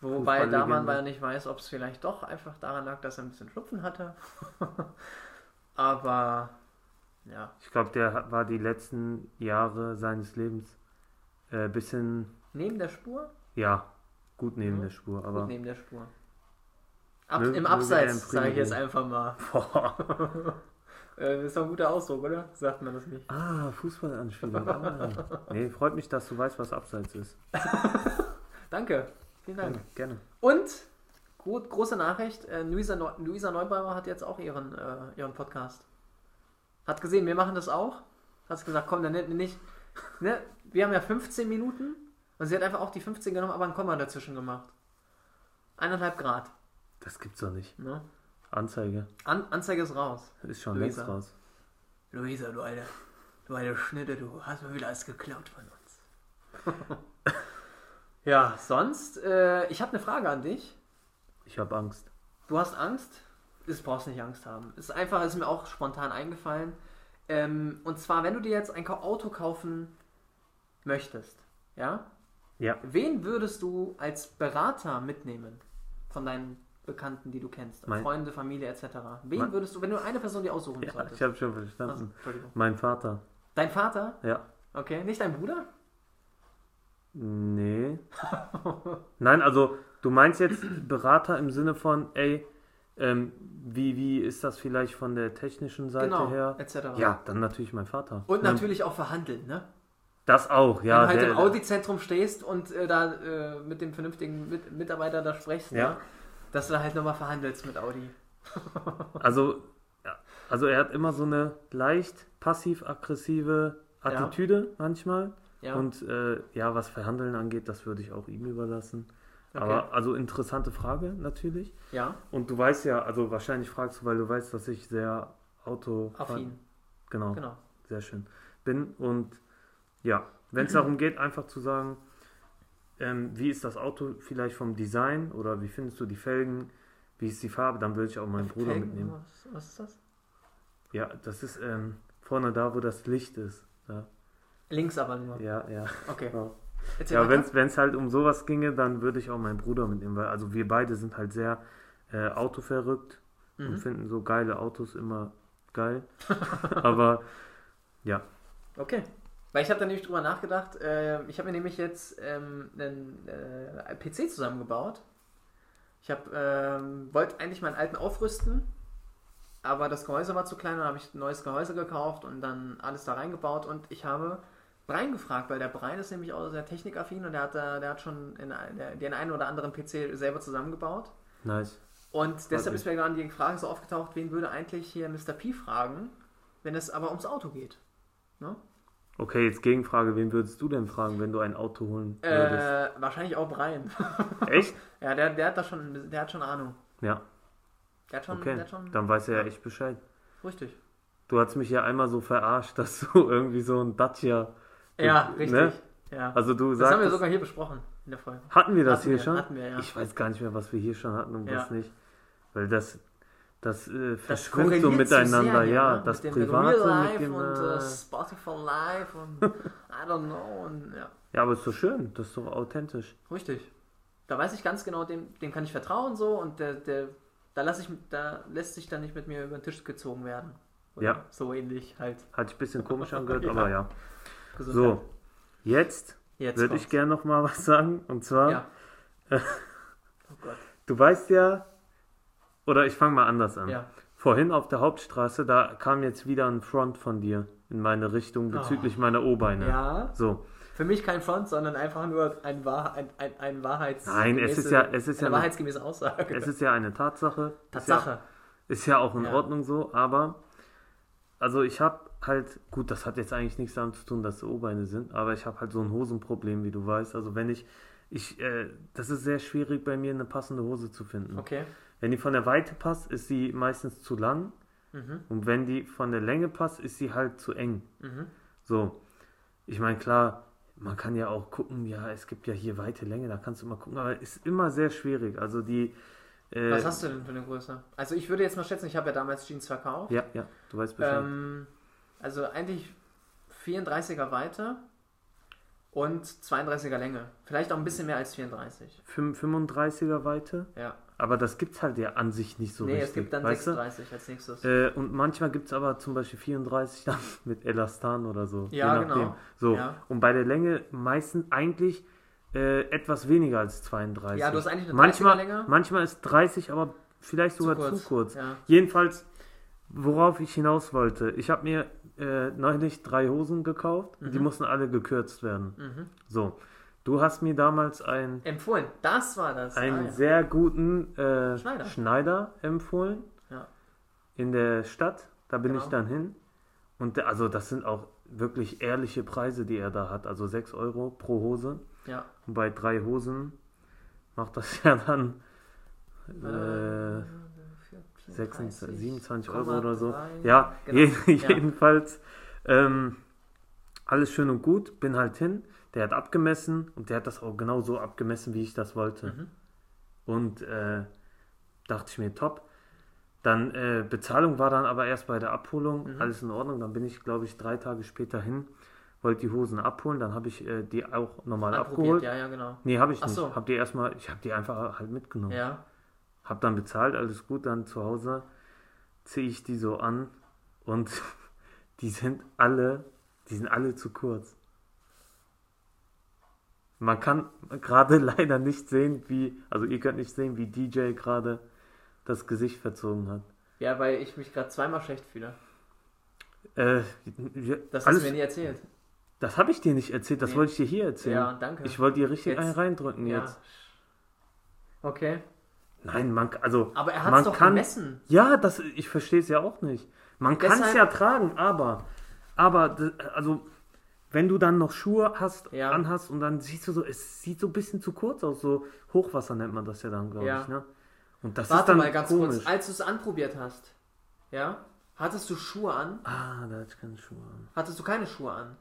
[SPEAKER 2] Wobei da man
[SPEAKER 1] Fußballlegende.
[SPEAKER 2] weil nicht weiß, ob es vielleicht doch einfach daran lag, dass er ein bisschen Schnupfen hatte. Aber ja,
[SPEAKER 1] ich glaube, der hat- war die letzten Jahre seines Lebens ein äh, bisschen,
[SPEAKER 2] neben der Spur,
[SPEAKER 1] ja, gut neben
[SPEAKER 2] Mhm.
[SPEAKER 1] der Spur,
[SPEAKER 2] gut
[SPEAKER 1] aber.
[SPEAKER 2] neben der Spur. Ab,
[SPEAKER 1] Mö- möge
[SPEAKER 2] Im
[SPEAKER 1] er in
[SPEAKER 2] Abseits,
[SPEAKER 1] Frieden
[SPEAKER 2] sage ich jetzt
[SPEAKER 1] ruhen.
[SPEAKER 2] einfach mal.
[SPEAKER 1] Boah.
[SPEAKER 2] Äh, ist doch ein guter Ausdruck, oder? Sagt man das nicht.
[SPEAKER 1] Ah, Fußballanspielung. Ah. Nee, freut mich, dass du weißt, was Abseits ist.
[SPEAKER 2] Danke, vielen Dank.
[SPEAKER 1] Gerne.
[SPEAKER 2] Und, gut, große Nachricht, äh, Luisa, Neu Luisa Neubauer hat jetzt auch ihren, äh, ihren Podcast. Hat gesehen, wir machen das auch. Hat gesagt, komm, dann nicht, nicht ne? wir haben ja 15 Minuten und sie hat einfach auch die 15 genommen, aber ein Komma dazwischen gemacht. Eineinhalb Grad.
[SPEAKER 1] Das gibt's doch nicht.
[SPEAKER 2] Ne?
[SPEAKER 1] Anzeige.
[SPEAKER 2] An Anzeige ist raus.
[SPEAKER 1] Ist schon
[SPEAKER 2] Luisa.
[SPEAKER 1] längst raus.
[SPEAKER 2] Luisa, du alte, du alte Schnitte, du hast mir wieder alles geklaut von uns. ja, sonst, äh, ich habe eine Frage an dich.
[SPEAKER 1] Ich habe Angst.
[SPEAKER 2] Du hast Angst? Das brauchst nicht Angst haben. Ist einfach, ist mir auch spontan eingefallen. Ähm, und zwar, wenn du dir jetzt ein Ka- Auto kaufen möchtest, ja?
[SPEAKER 1] Ja.
[SPEAKER 2] Wen würdest du als Berater mitnehmen von deinen Bekannten, die du kennst?
[SPEAKER 1] Mein-
[SPEAKER 2] Freunde, Familie etc. Wen
[SPEAKER 1] Mein-
[SPEAKER 2] würdest du, wenn du eine Person dir aussuchen
[SPEAKER 1] Ja,
[SPEAKER 2] solltest?
[SPEAKER 1] ich habe schon
[SPEAKER 2] Ach,
[SPEAKER 1] verstanden.
[SPEAKER 2] Entschuldigung.
[SPEAKER 1] Mein Vater.
[SPEAKER 2] Dein Vater?
[SPEAKER 1] Ja.
[SPEAKER 2] Okay. Nicht dein Bruder?
[SPEAKER 1] Nee. Nein, also du meinst jetzt Berater im Sinne von, ey, ähm, wie, wie ist das vielleicht von der technischen Seite
[SPEAKER 2] genau.
[SPEAKER 1] her?
[SPEAKER 2] Etc.
[SPEAKER 1] Ja, dann natürlich mein Vater.
[SPEAKER 2] Und
[SPEAKER 1] Ne,
[SPEAKER 2] natürlich auch verhandeln, ne?
[SPEAKER 1] Das auch, ja.
[SPEAKER 2] wenn du halt
[SPEAKER 1] der-
[SPEAKER 2] im Audi-Zentrum stehst und äh, da äh, mit dem vernünftigen mit Mitarbeiter da sprichst,
[SPEAKER 1] Ja.
[SPEAKER 2] ne? dass du halt nochmal verhandelst mit Audi.
[SPEAKER 1] Also, ja, also er hat immer so eine leicht passiv-aggressive Attitüde manchmal.
[SPEAKER 2] Ja.
[SPEAKER 1] Und äh, ja, was Verhandeln angeht, das würde ich auch ihm überlassen.
[SPEAKER 2] Okay.
[SPEAKER 1] Aber also interessante Frage natürlich.
[SPEAKER 2] ja,
[SPEAKER 1] Und du weißt ja, also wahrscheinlich fragst du, weil du weißt, dass ich sehr Auto
[SPEAKER 2] affin.
[SPEAKER 1] Genau,
[SPEAKER 2] Genau.
[SPEAKER 1] sehr schön bin. Und ja, wenn es darum geht, einfach zu sagen, ähm, wie ist das Auto vielleicht vom Design oder wie findest du die Felgen, wie ist die Farbe, dann würde ich auch meinen Bruder
[SPEAKER 2] Felgen,
[SPEAKER 1] mitnehmen.
[SPEAKER 2] Was, was ist das?
[SPEAKER 1] Ja, das ist ähm, vorne da, wo das Licht ist. Da.
[SPEAKER 2] Links aber nur.
[SPEAKER 1] Ja, ja.
[SPEAKER 2] Okay.
[SPEAKER 1] Genau.
[SPEAKER 2] Erzähl
[SPEAKER 1] Ja,
[SPEAKER 2] weiter.
[SPEAKER 1] wenn es halt um sowas ginge, dann würde ich auch meinen Bruder mitnehmen, weil also wir beide sind halt sehr äh, autoverrückt und
[SPEAKER 2] Mhm.
[SPEAKER 1] finden so geile Autos immer geil. Aber
[SPEAKER 2] Okay. Weil ich habe da nämlich drüber nachgedacht. Äh, ich habe mir nämlich jetzt ähm, einen äh, PC zusammengebaut. Ich hab, ähm, wollte eigentlich meinen alten aufrüsten, aber das Gehäuse war zu klein. Dann habe ich ein neues Gehäuse gekauft und dann alles da reingebaut. Und ich habe Brian gefragt, weil der Brian ist nämlich auch sehr technikaffin und der hat, da, der hat schon in, ein- der, den einen oder anderen PC selber zusammengebaut.
[SPEAKER 1] nice.
[SPEAKER 2] Und deshalb
[SPEAKER 1] mich.
[SPEAKER 2] ist mir gerade die Frage so aufgetaucht, wen würde eigentlich hier Mr. P fragen, wenn es aber ums Auto geht?
[SPEAKER 1] Okay, jetzt Gegenfrage, wen würdest du denn fragen, wenn du ein Auto holen würdest?
[SPEAKER 2] Äh, wahrscheinlich auch Brian.
[SPEAKER 1] Echt?
[SPEAKER 2] Ja, der, der hat da schon, der hat schon Ahnung.
[SPEAKER 1] Ja,
[SPEAKER 2] Der hat schon, der
[SPEAKER 1] okay.
[SPEAKER 2] hat Hm, schon
[SPEAKER 1] Dann weiß er ja echt Bescheid.
[SPEAKER 2] richtig.
[SPEAKER 1] Du hast mich ja einmal so verarscht, dass du irgendwie so ein Dacia.
[SPEAKER 2] Ja,
[SPEAKER 1] ne?
[SPEAKER 2] richtig. Ja.
[SPEAKER 1] Also du
[SPEAKER 2] das haben wir
[SPEAKER 1] sagtest,
[SPEAKER 2] sogar hier besprochen in der Folge.
[SPEAKER 1] hatten wir das
[SPEAKER 2] hatten
[SPEAKER 1] hier
[SPEAKER 2] wir,
[SPEAKER 1] schon?
[SPEAKER 2] Hatten wir, ja.
[SPEAKER 1] Ich weiß gar nicht mehr, was wir hier schon hatten und
[SPEAKER 2] Ja.
[SPEAKER 1] was nicht. Weil das, das, äh,
[SPEAKER 2] das
[SPEAKER 1] verschwimmt so
[SPEAKER 2] korreliert zu
[SPEAKER 1] miteinander,
[SPEAKER 2] sehr hier,
[SPEAKER 1] ja.
[SPEAKER 2] ne?
[SPEAKER 1] Das
[SPEAKER 2] mit dem
[SPEAKER 1] Private
[SPEAKER 2] Real
[SPEAKER 1] mit
[SPEAKER 2] Life
[SPEAKER 1] dem.
[SPEAKER 2] und
[SPEAKER 1] äh,
[SPEAKER 2] äh, Spotify Live und I don't know und ja,
[SPEAKER 1] ja, aber ist doch schön, das ist doch authentisch.
[SPEAKER 2] richtig. Da weiß ich ganz genau, dem, dem kann ich vertrauen so und der, der, da lasse ich, da lässt sich dann nicht mit mir über den Tisch gezogen werden. Oder
[SPEAKER 1] Ja.
[SPEAKER 2] So ähnlich halt.
[SPEAKER 1] Hat sich ein bisschen komisch angehört,
[SPEAKER 2] Ja.
[SPEAKER 1] aber ja.
[SPEAKER 2] Gesundheit.
[SPEAKER 1] So, jetzt
[SPEAKER 2] jetzt
[SPEAKER 1] würde ich
[SPEAKER 2] kommt's.
[SPEAKER 1] gerne noch mal was sagen. Und zwar,
[SPEAKER 2] Ja. oh Gott.
[SPEAKER 1] du weißt ja, oder ich fange mal anders an.
[SPEAKER 2] Ja.
[SPEAKER 1] Vorhin auf der Hauptstraße, da kam jetzt wieder ein Front von dir in meine Richtung bezüglich meiner O-Beine.
[SPEAKER 2] Ah. Ja.
[SPEAKER 1] So,
[SPEAKER 2] Für mich kein Front, sondern einfach nur ein, Wahr, ein, ein, ein Wahrheits
[SPEAKER 1] Nein, es ist ja- es ist ja
[SPEAKER 2] eine
[SPEAKER 1] eine-
[SPEAKER 2] wahrheitsgemäße Aussage.
[SPEAKER 1] Es ist ja eine Tatsache. Ist
[SPEAKER 2] Tatsache.
[SPEAKER 1] ja, ist ja auch in
[SPEAKER 2] Ja.
[SPEAKER 1] Ordnung so, aber also ich habe halt, gut, das hat jetzt eigentlich nichts damit zu tun, dass es O-Beine sind, aber ich habe halt so ein Hosenproblem, wie du weißt. Also wenn ich, ich, äh, das ist sehr schwierig bei mir, eine passende Hose zu finden.
[SPEAKER 2] Okay.
[SPEAKER 1] Wenn die von der Weite passt, ist sie meistens zu lang.
[SPEAKER 2] Mhm.
[SPEAKER 1] Und wenn die von der Länge passt, ist sie halt zu eng.
[SPEAKER 2] Mhm.
[SPEAKER 1] So. Ich meine, klar, man kann ja auch gucken, ja, es gibt ja hier weite Länge, da kannst du immer gucken, aber ist immer sehr schwierig. Also die. Äh,
[SPEAKER 2] Was hast du denn für eine Größe? Also ich würde jetzt mal schätzen, ich habe ja damals Jeans verkauft.
[SPEAKER 1] Ja, ja, du weißt Bescheid.
[SPEAKER 2] ähm, also eigentlich 34er Weite und 32er Länge. Vielleicht auch ein bisschen mehr als 34.
[SPEAKER 1] Fünf- 35er Weite,
[SPEAKER 2] Ja.
[SPEAKER 1] aber das gibt's halt ja an sich nicht so
[SPEAKER 2] nee,
[SPEAKER 1] richtig.
[SPEAKER 2] es gibt dann
[SPEAKER 1] weißt
[SPEAKER 2] 36 als nächstes.
[SPEAKER 1] Du? Äh, und manchmal gibt es aber zum Beispiel 34 dann mit Elastan oder so.
[SPEAKER 2] Ja, genau.
[SPEAKER 1] So.
[SPEAKER 2] Ja.
[SPEAKER 1] Und bei der Länge meistens eigentlich äh, etwas weniger als 32.
[SPEAKER 2] Ja, du hast eigentlich eine
[SPEAKER 1] manchmal,
[SPEAKER 2] 30er-Länge.
[SPEAKER 1] Manchmal ist 30, aber vielleicht sogar zu kurz.
[SPEAKER 2] kurz, ja.
[SPEAKER 1] Jedenfalls, worauf ich hinaus wollte, ich habe mir äh, neulich drei Hosen gekauft, die
[SPEAKER 2] Mhm.
[SPEAKER 1] mussten alle gekürzt werden. So. Du hast mir damals ein
[SPEAKER 2] Empfohlen. Das war das.
[SPEAKER 1] einen
[SPEAKER 2] Ah, ja.
[SPEAKER 1] sehr guten äh,
[SPEAKER 2] Schneider.
[SPEAKER 1] Schneider. empfohlen
[SPEAKER 2] Ja.
[SPEAKER 1] in der Stadt. Da bin
[SPEAKER 2] Genau.
[SPEAKER 1] ich dann hin. Und der, also das sind auch wirklich ehrliche Preise, die er da hat. Also 6 Euro pro Hose.
[SPEAKER 2] ja.
[SPEAKER 1] Und bei drei Hosen macht das ja dann äh, 26, 27 Euro oder so.
[SPEAKER 2] 30,3,
[SPEAKER 1] Ja,
[SPEAKER 2] genau.
[SPEAKER 1] je,
[SPEAKER 2] Ja.
[SPEAKER 1] jedenfalls ähm, alles schön und gut. Bin halt hin. Der hat abgemessen und der hat das auch genau so abgemessen, wie ich das wollte.
[SPEAKER 2] Mhm.
[SPEAKER 1] Und äh, dachte ich mir, top. Dann äh, Bezahlung war dann aber erst bei der
[SPEAKER 2] Mhm.
[SPEAKER 1] Abholung. Alles in Ordnung. Dann bin ich, glaube ich, drei Tage später hin, wollte die Hosen abholen. Dann habe ich äh, die auch normal
[SPEAKER 2] Abprobiert,
[SPEAKER 1] abgeholt.
[SPEAKER 2] ja, ja, genau.
[SPEAKER 1] Nee, habe ich
[SPEAKER 2] Ach
[SPEAKER 1] nicht.
[SPEAKER 2] so.
[SPEAKER 1] Hab die erstmal, ich habe die einfach halt mitgenommen.
[SPEAKER 2] Ja.
[SPEAKER 1] Hab dann bezahlt, alles gut, dann zu Hause ziehe ich die so an und die sind alle, die sind alle zu kurz. Man kann gerade leider nicht sehen, wie, also ihr könnt nicht sehen, wie DJ gerade das Gesicht verzogen hat.
[SPEAKER 2] Ja, weil ich mich gerade zweimal schlecht fühle.
[SPEAKER 1] Äh, ja,
[SPEAKER 2] Das hast
[SPEAKER 1] alles,
[SPEAKER 2] du mir nie erzählt.
[SPEAKER 1] das habe ich dir nicht erzählt, das
[SPEAKER 2] Nee.
[SPEAKER 1] wollte ich dir hier erzählen.
[SPEAKER 2] Ja, danke.
[SPEAKER 1] Ich wollte dir richtig
[SPEAKER 2] Jetzt-
[SPEAKER 1] einen reindrücken jetzt.
[SPEAKER 2] Ja. Okay.
[SPEAKER 1] Nein, man, also
[SPEAKER 2] Aber er hat
[SPEAKER 1] man
[SPEAKER 2] es doch
[SPEAKER 1] kann,
[SPEAKER 2] gemessen.
[SPEAKER 1] Ja, das, ich verstehe es ja auch nicht. Man kann es
[SPEAKER 2] Deshalb-
[SPEAKER 1] ja tragen, aber, aber, d- also, wenn du dann noch Schuhe hast,
[SPEAKER 2] Ja.
[SPEAKER 1] anhast und dann siehst du so, es sieht so ein bisschen zu kurz aus, so Hochwasser nennt man das ja dann, glaube
[SPEAKER 2] Ja.
[SPEAKER 1] ich, ne? Und das ist
[SPEAKER 2] Warte
[SPEAKER 1] dann
[SPEAKER 2] mal ganz
[SPEAKER 1] komisch.
[SPEAKER 2] kurz. Als du es anprobiert hast, ja, hattest du Schuhe an?
[SPEAKER 1] Ah, da hatte ich keine Schuhe an.
[SPEAKER 2] Hattest du keine Schuhe an?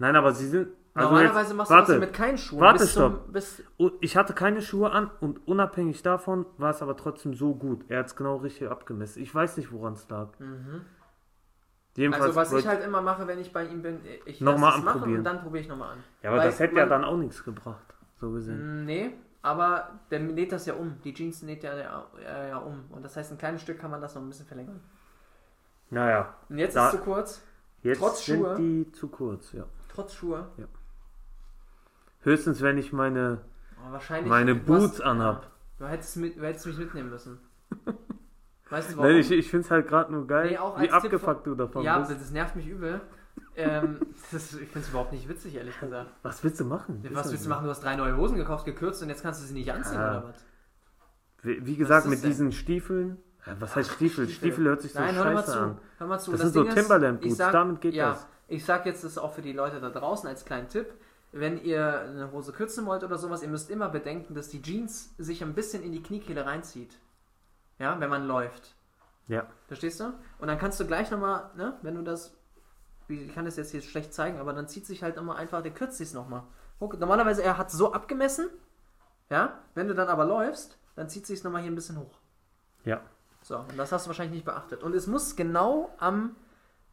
[SPEAKER 1] Nein, aber sie sind. Also
[SPEAKER 2] Normalerweise
[SPEAKER 1] jetzt,
[SPEAKER 2] machst
[SPEAKER 1] warte,
[SPEAKER 2] du das mit keinen Schuhen.
[SPEAKER 1] Warte,
[SPEAKER 2] bis zum-
[SPEAKER 1] stopp.
[SPEAKER 2] Bis,
[SPEAKER 1] Oh, Ich hatte keine Schuhe an und unabhängig davon war es aber trotzdem so gut. Er hat es genau richtig abgemessen. Ich weiß nicht, woran es lag. Jedenfalls
[SPEAKER 2] Mhm. also was
[SPEAKER 1] wollte-
[SPEAKER 2] ich halt immer mache, wenn ich bei ihm bin, ich
[SPEAKER 1] Noch
[SPEAKER 2] lass
[SPEAKER 1] mal
[SPEAKER 2] es machen
[SPEAKER 1] anprobieren.
[SPEAKER 2] und dann probiere ich nochmal an.
[SPEAKER 1] Ja, aber
[SPEAKER 2] Weil
[SPEAKER 1] das hätte ja
[SPEAKER 2] man- Mhm. Mm,
[SPEAKER 1] dann auch nichts gebracht, so gesehen.
[SPEAKER 2] Nee, aber der näht das ja um. Die Jeans näht er ja, ja, ja um. Und das heißt, ein kleines Stück kann man das noch ein bisschen verlängern.
[SPEAKER 1] Naja,
[SPEAKER 2] Und jetzt
[SPEAKER 1] Da-
[SPEAKER 2] ist zu kurz,
[SPEAKER 1] jetzt
[SPEAKER 2] Trotz
[SPEAKER 1] sind
[SPEAKER 2] Schuhe?
[SPEAKER 1] die zu kurz, ja.
[SPEAKER 2] trotz Schuhe.
[SPEAKER 1] Höchstens, wenn ich meine,
[SPEAKER 2] Aber wahrscheinlich.
[SPEAKER 1] meine
[SPEAKER 2] du hast-
[SPEAKER 1] Boots anhab.
[SPEAKER 2] Du hättest, mit, du hättest mich mitnehmen müssen. Weißt du warum?
[SPEAKER 1] Nein, ich, ich finde es halt gerade nur geil,
[SPEAKER 2] Nee, auch
[SPEAKER 1] wie
[SPEAKER 2] als Tipp
[SPEAKER 1] abgefuckt du davon
[SPEAKER 2] ja,
[SPEAKER 1] bist.
[SPEAKER 2] das nervt mich übel. ähm, das, ich finde es überhaupt nicht witzig, ehrlich gesagt.
[SPEAKER 1] Was willst du machen? Ist
[SPEAKER 2] Was
[SPEAKER 1] das
[SPEAKER 2] willst du
[SPEAKER 1] so?
[SPEAKER 2] machen? Du hast drei neue Hosen gekauft, gekürzt und jetzt kannst du sie nicht anziehen
[SPEAKER 1] Ja.
[SPEAKER 2] oder was?
[SPEAKER 1] Wie, wie gesagt,
[SPEAKER 2] ist
[SPEAKER 1] mit
[SPEAKER 2] denn?
[SPEAKER 1] diesen Stiefeln. Ja, was heißt Stiefel? Stiefel? hört sich so
[SPEAKER 2] Nein, hör mal
[SPEAKER 1] scheiße
[SPEAKER 2] zu.
[SPEAKER 1] an.
[SPEAKER 2] Hör mal zu.
[SPEAKER 1] Das sind so
[SPEAKER 2] Ding
[SPEAKER 1] Timberland-Boots,
[SPEAKER 2] ich sag-
[SPEAKER 1] damit geht
[SPEAKER 2] ja,
[SPEAKER 1] das.
[SPEAKER 2] Ich sag jetzt das auch für die Leute da draußen als kleinen Tipp. Wenn ihr eine Hose kürzen wollt oder sowas, ihr müsst immer bedenken, dass die Jeans sich ein bisschen in die Kniekehle reinzieht. Ja, wenn man läuft.
[SPEAKER 1] Ja.
[SPEAKER 2] Verstehst du? Und dann kannst du gleich nochmal, ne, wenn du das. wie- Ich kann das jetzt hier schlecht zeigen, aber dann zieht sich halt immer einfach, der kürzt sich's nochmal. Guck, normalerweise er hat so abgemessen, ja, wenn du dann aber läufst, dann zieht sich's nochmal hier ein bisschen hoch.
[SPEAKER 1] ja.
[SPEAKER 2] So, und das hast du wahrscheinlich nicht beachtet. Und es muss genau am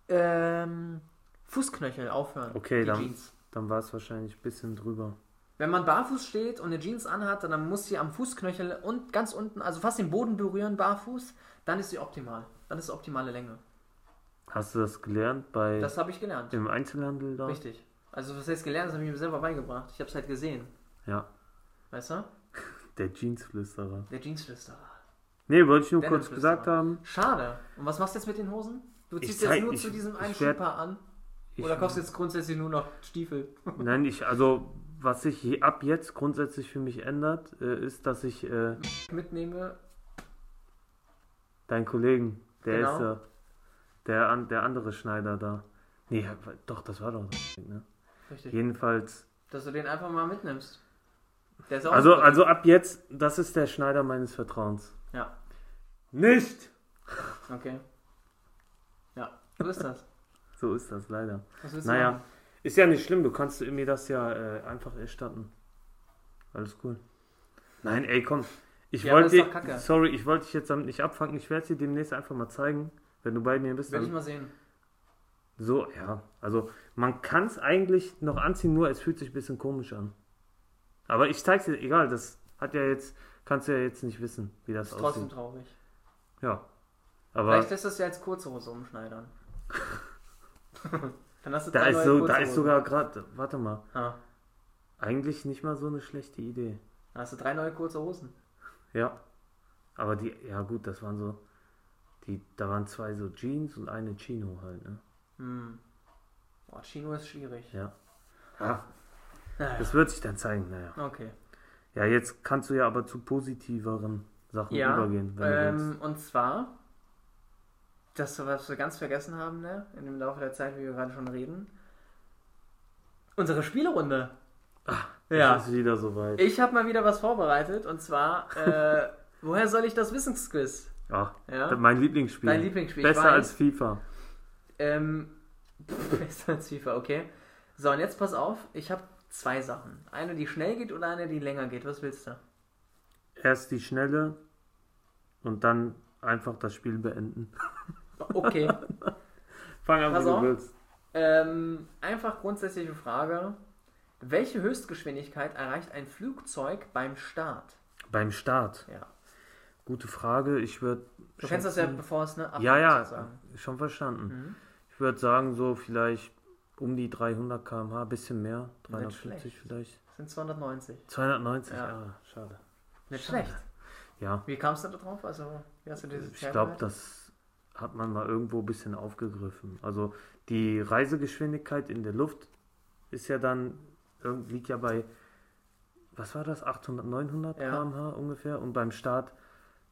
[SPEAKER 2] ähm, Fußknöchel aufhören.
[SPEAKER 1] Okay,
[SPEAKER 2] die
[SPEAKER 1] dann,
[SPEAKER 2] Jeans.
[SPEAKER 1] dann war es wahrscheinlich ein bisschen drüber.
[SPEAKER 2] Wenn man barfuß steht und eine Jeans anhat, dann muss sie am Fußknöchel und ganz unten, also fast den Boden berühren, barfuß, dann ist sie optimal. Dann ist sie optimale Länge.
[SPEAKER 1] Hast du das gelernt bei
[SPEAKER 2] Das habe ich gelernt.
[SPEAKER 1] im Einzelhandel da?
[SPEAKER 2] Richtig. Also, was heißt gelernt, das habe ich mir selber beigebracht. Ich habe es halt gesehen.
[SPEAKER 1] Ja.
[SPEAKER 2] Weißt du?
[SPEAKER 1] Der Jeansflüsterer.
[SPEAKER 2] Der Jeansflüsterer.
[SPEAKER 1] Nee, wollte ich nur
[SPEAKER 2] Der
[SPEAKER 1] kurz
[SPEAKER 2] Jeansflüsterer.
[SPEAKER 1] gesagt haben.
[SPEAKER 2] Schade. Und was machst du jetzt mit den Hosen? Du ziehst
[SPEAKER 1] zeig-
[SPEAKER 2] jetzt nur
[SPEAKER 1] ich-
[SPEAKER 2] zu diesem einen
[SPEAKER 1] ich werd-
[SPEAKER 2] Schuhpaar an.
[SPEAKER 1] Ich,
[SPEAKER 2] Oder kaufst du jetzt grundsätzlich nur noch Stiefel?
[SPEAKER 1] nein, ich, also was sich je- ab jetzt grundsätzlich für mich ändert, äh, ist, dass ich äh,
[SPEAKER 2] Mitnehme?
[SPEAKER 1] deinen Kollegen, der
[SPEAKER 2] Genau.
[SPEAKER 1] ist ja der, an, der andere Schneider da. Nee, doch, das war doch. Ne?
[SPEAKER 2] Richtig.
[SPEAKER 1] Jedenfalls
[SPEAKER 2] Dass du den einfach mal mitnimmst. Der ist auch
[SPEAKER 1] Also,
[SPEAKER 2] super.
[SPEAKER 1] also ab jetzt, das ist der Schneider meines Vertrauens.
[SPEAKER 2] Ja,
[SPEAKER 1] Nicht!
[SPEAKER 2] okay. Ja, so ist das.
[SPEAKER 1] So ist das leider.
[SPEAKER 2] Was willst du
[SPEAKER 1] Naja.
[SPEAKER 2] machen?
[SPEAKER 1] Ist ja nicht schlimm, du kannst mir das ja äh, einfach erstatten. Alles cool. Nein, ey, komm. Ich
[SPEAKER 2] Ja, aber
[SPEAKER 1] wollte
[SPEAKER 2] ist doch
[SPEAKER 1] dir,
[SPEAKER 2] Kacke.
[SPEAKER 1] sorry, ich wollte dich jetzt damit nicht abfangen. Ich werde es dir demnächst einfach mal zeigen, wenn du bei mir bist.
[SPEAKER 2] Will ich
[SPEAKER 1] Dann
[SPEAKER 2] mal sehen.
[SPEAKER 1] so, ja. Also, man kann es eigentlich noch anziehen, nur es fühlt sich ein bisschen komisch an. Aber ich zeig's dir, egal, das hat ja jetzt, kannst du ja jetzt nicht wissen, wie das
[SPEAKER 2] Ist
[SPEAKER 1] aussieht.
[SPEAKER 2] trotzdem traurig.
[SPEAKER 1] Ja. Aber
[SPEAKER 2] Vielleicht lässt du es ja als kurze Hose umschneidern. Dann hast du
[SPEAKER 1] Da
[SPEAKER 2] drei
[SPEAKER 1] ist,
[SPEAKER 2] neue
[SPEAKER 1] so,
[SPEAKER 2] kurze
[SPEAKER 1] da ist
[SPEAKER 2] Hosen.
[SPEAKER 1] sogar gerade, warte mal,
[SPEAKER 2] Ah,
[SPEAKER 1] eigentlich nicht mal so eine schlechte Idee.
[SPEAKER 2] dann hast du drei neue kurze Hosen.
[SPEAKER 1] Ja. Aber die, ja gut, das waren so, die, da waren zwei so Jeans und eine Chino halt, ne?
[SPEAKER 2] Hm. Boah, Chino ist schwierig.
[SPEAKER 1] Ja. Ja,
[SPEAKER 2] Naja,
[SPEAKER 1] das wird sich dann zeigen, naja.
[SPEAKER 2] okay.
[SPEAKER 1] Ja, jetzt kannst du ja aber zu positiveren Sachen
[SPEAKER 2] Ja,
[SPEAKER 1] übergehen, wenn du willst.
[SPEAKER 2] Ähm, und zwar, das, was wir ganz vergessen haben, ne? in dem Laufe der Zeit, wie wir gerade schon reden, unsere Spielrunde. ja,
[SPEAKER 1] Ah, Das ist wieder soweit.
[SPEAKER 2] ich habe mal wieder was vorbereitet und zwar, äh, woher soll ich das Wissensquiz?
[SPEAKER 1] Ach,
[SPEAKER 2] Ja?
[SPEAKER 1] mein Lieblingsspiel.
[SPEAKER 2] Dein Lieblingsspiel, ich
[SPEAKER 1] Besser
[SPEAKER 2] weiß.
[SPEAKER 1] als FIFA.
[SPEAKER 2] Ähm, pff, besser als FIFA, okay. So, und jetzt pass auf, ich habe zwei Sachen. Eine, die schnell geht oder eine, die länger geht. Was willst du?
[SPEAKER 1] Erst die Schnelle und dann einfach das Spiel beenden.
[SPEAKER 2] Okay.
[SPEAKER 1] Fang an,
[SPEAKER 2] Pass
[SPEAKER 1] wie du
[SPEAKER 2] auf.
[SPEAKER 1] willst.
[SPEAKER 2] Ähm, einfach grundsätzliche Frage. Welche Höchstgeschwindigkeit erreicht ein Flugzeug beim Start?
[SPEAKER 1] Beim Start.
[SPEAKER 2] Ja.
[SPEAKER 1] Gute Frage. Ich würde.
[SPEAKER 2] Du kennst das ja, bevor es ne abfliegt,
[SPEAKER 1] Ja, ja,
[SPEAKER 2] sozusagen.
[SPEAKER 1] schon verstanden.
[SPEAKER 2] Mhm.
[SPEAKER 1] Ich würde sagen, so vielleicht um die 300 km/h, bisschen mehr.
[SPEAKER 2] Nicht
[SPEAKER 1] 350 vielleicht.
[SPEAKER 2] Das sind 290.
[SPEAKER 1] 290, ja,
[SPEAKER 2] Ja.
[SPEAKER 1] schade.
[SPEAKER 2] Nicht schlecht.
[SPEAKER 1] Ja,
[SPEAKER 2] Wie kamst du da drauf? Also, wie hast du diese
[SPEAKER 1] ich
[SPEAKER 2] Zahl
[SPEAKER 1] glaube,
[SPEAKER 2] gemacht?
[SPEAKER 1] das hat man mal irgendwo ein bisschen aufgegriffen. Also die Reisegeschwindigkeit in der Luft ist ja dann, irgend- liegt ja bei, was war das, 800, 900
[SPEAKER 2] Ja.
[SPEAKER 1] km/h ungefähr. Und beim Start,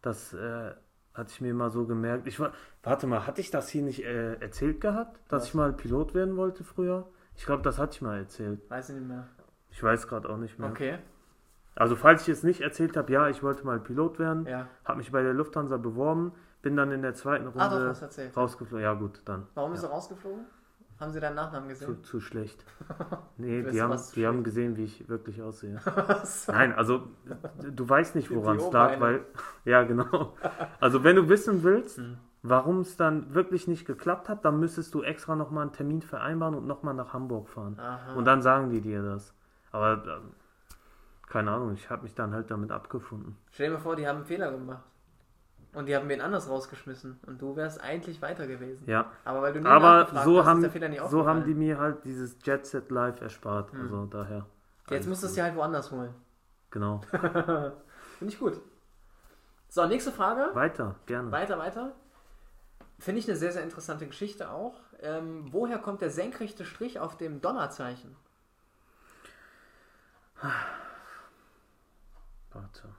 [SPEAKER 1] das äh, hatte ich mir mal so gemerkt. Ich war, warte mal, hatte ich das hier nicht äh, erzählt gehabt, dass
[SPEAKER 2] Was?
[SPEAKER 1] ich mal Pilot werden wollte früher? Ich glaube, das hatte ich mal erzählt.
[SPEAKER 2] Weiß ich nicht mehr.
[SPEAKER 1] Ich weiß gerade auch nicht mehr.
[SPEAKER 2] Okay,
[SPEAKER 1] Also falls ich es nicht erzählt habe, ja, ich wollte mal Pilot werden,
[SPEAKER 2] ja.
[SPEAKER 1] habe mich bei der Lufthansa beworben, bin dann in der zweiten
[SPEAKER 2] Ah, doch,
[SPEAKER 1] Runde
[SPEAKER 2] was erzählt.
[SPEAKER 1] rausgeflogen. Ja gut, dann
[SPEAKER 2] Warum bist du rausgeflogen? Haben sie deinen Nachnamen
[SPEAKER 1] zu,
[SPEAKER 2] gesehen?
[SPEAKER 1] zu schlecht. Nee,
[SPEAKER 2] Du
[SPEAKER 1] die,
[SPEAKER 2] bist
[SPEAKER 1] haben,
[SPEAKER 2] was zu
[SPEAKER 1] die haben gesehen, wie ich wirklich aussehe.
[SPEAKER 2] Was?
[SPEAKER 1] Nein, also du weißt nicht,
[SPEAKER 2] Die
[SPEAKER 1] woran es
[SPEAKER 2] Ohrbeine.
[SPEAKER 1] lag, weil ja genau. Also wenn du wissen willst,
[SPEAKER 2] Hm.
[SPEAKER 1] warum es dann wirklich nicht geklappt hat, dann müsstest du extra noch mal einen Termin vereinbaren und noch mal nach Hamburg fahren.
[SPEAKER 2] Aha.
[SPEAKER 1] Und dann sagen die dir das. Aber ähm, keine Ahnung, ich habe mich dann halt damit abgefunden.
[SPEAKER 2] Stell dir mal vor, die haben einen Fehler gemacht. Und die haben wen anders rausgeschmissen. Und du wärst eigentlich weiter gewesen.
[SPEAKER 1] Ja,
[SPEAKER 2] Aber weil du nie
[SPEAKER 1] aber
[SPEAKER 2] nachgefragt
[SPEAKER 1] so
[SPEAKER 2] hast,
[SPEAKER 1] haben,
[SPEAKER 2] ist Hm. der Fehler nicht
[SPEAKER 1] so haben die
[SPEAKER 2] aufgefallen.
[SPEAKER 1] mir halt dieses Jet Set Live erspart. Also daher. alles
[SPEAKER 2] Jetzt musst du es
[SPEAKER 1] gut.
[SPEAKER 2] dir halt woanders holen.
[SPEAKER 1] Genau.
[SPEAKER 2] Finde ich gut. So, nächste Frage.
[SPEAKER 1] Weiter, gerne.
[SPEAKER 2] Weiter, weiter. Finde ich eine sehr, sehr interessante Geschichte auch. Ähm, woher kommt der senkrechte Strich auf dem Dollarzeichen?
[SPEAKER 1] Warte.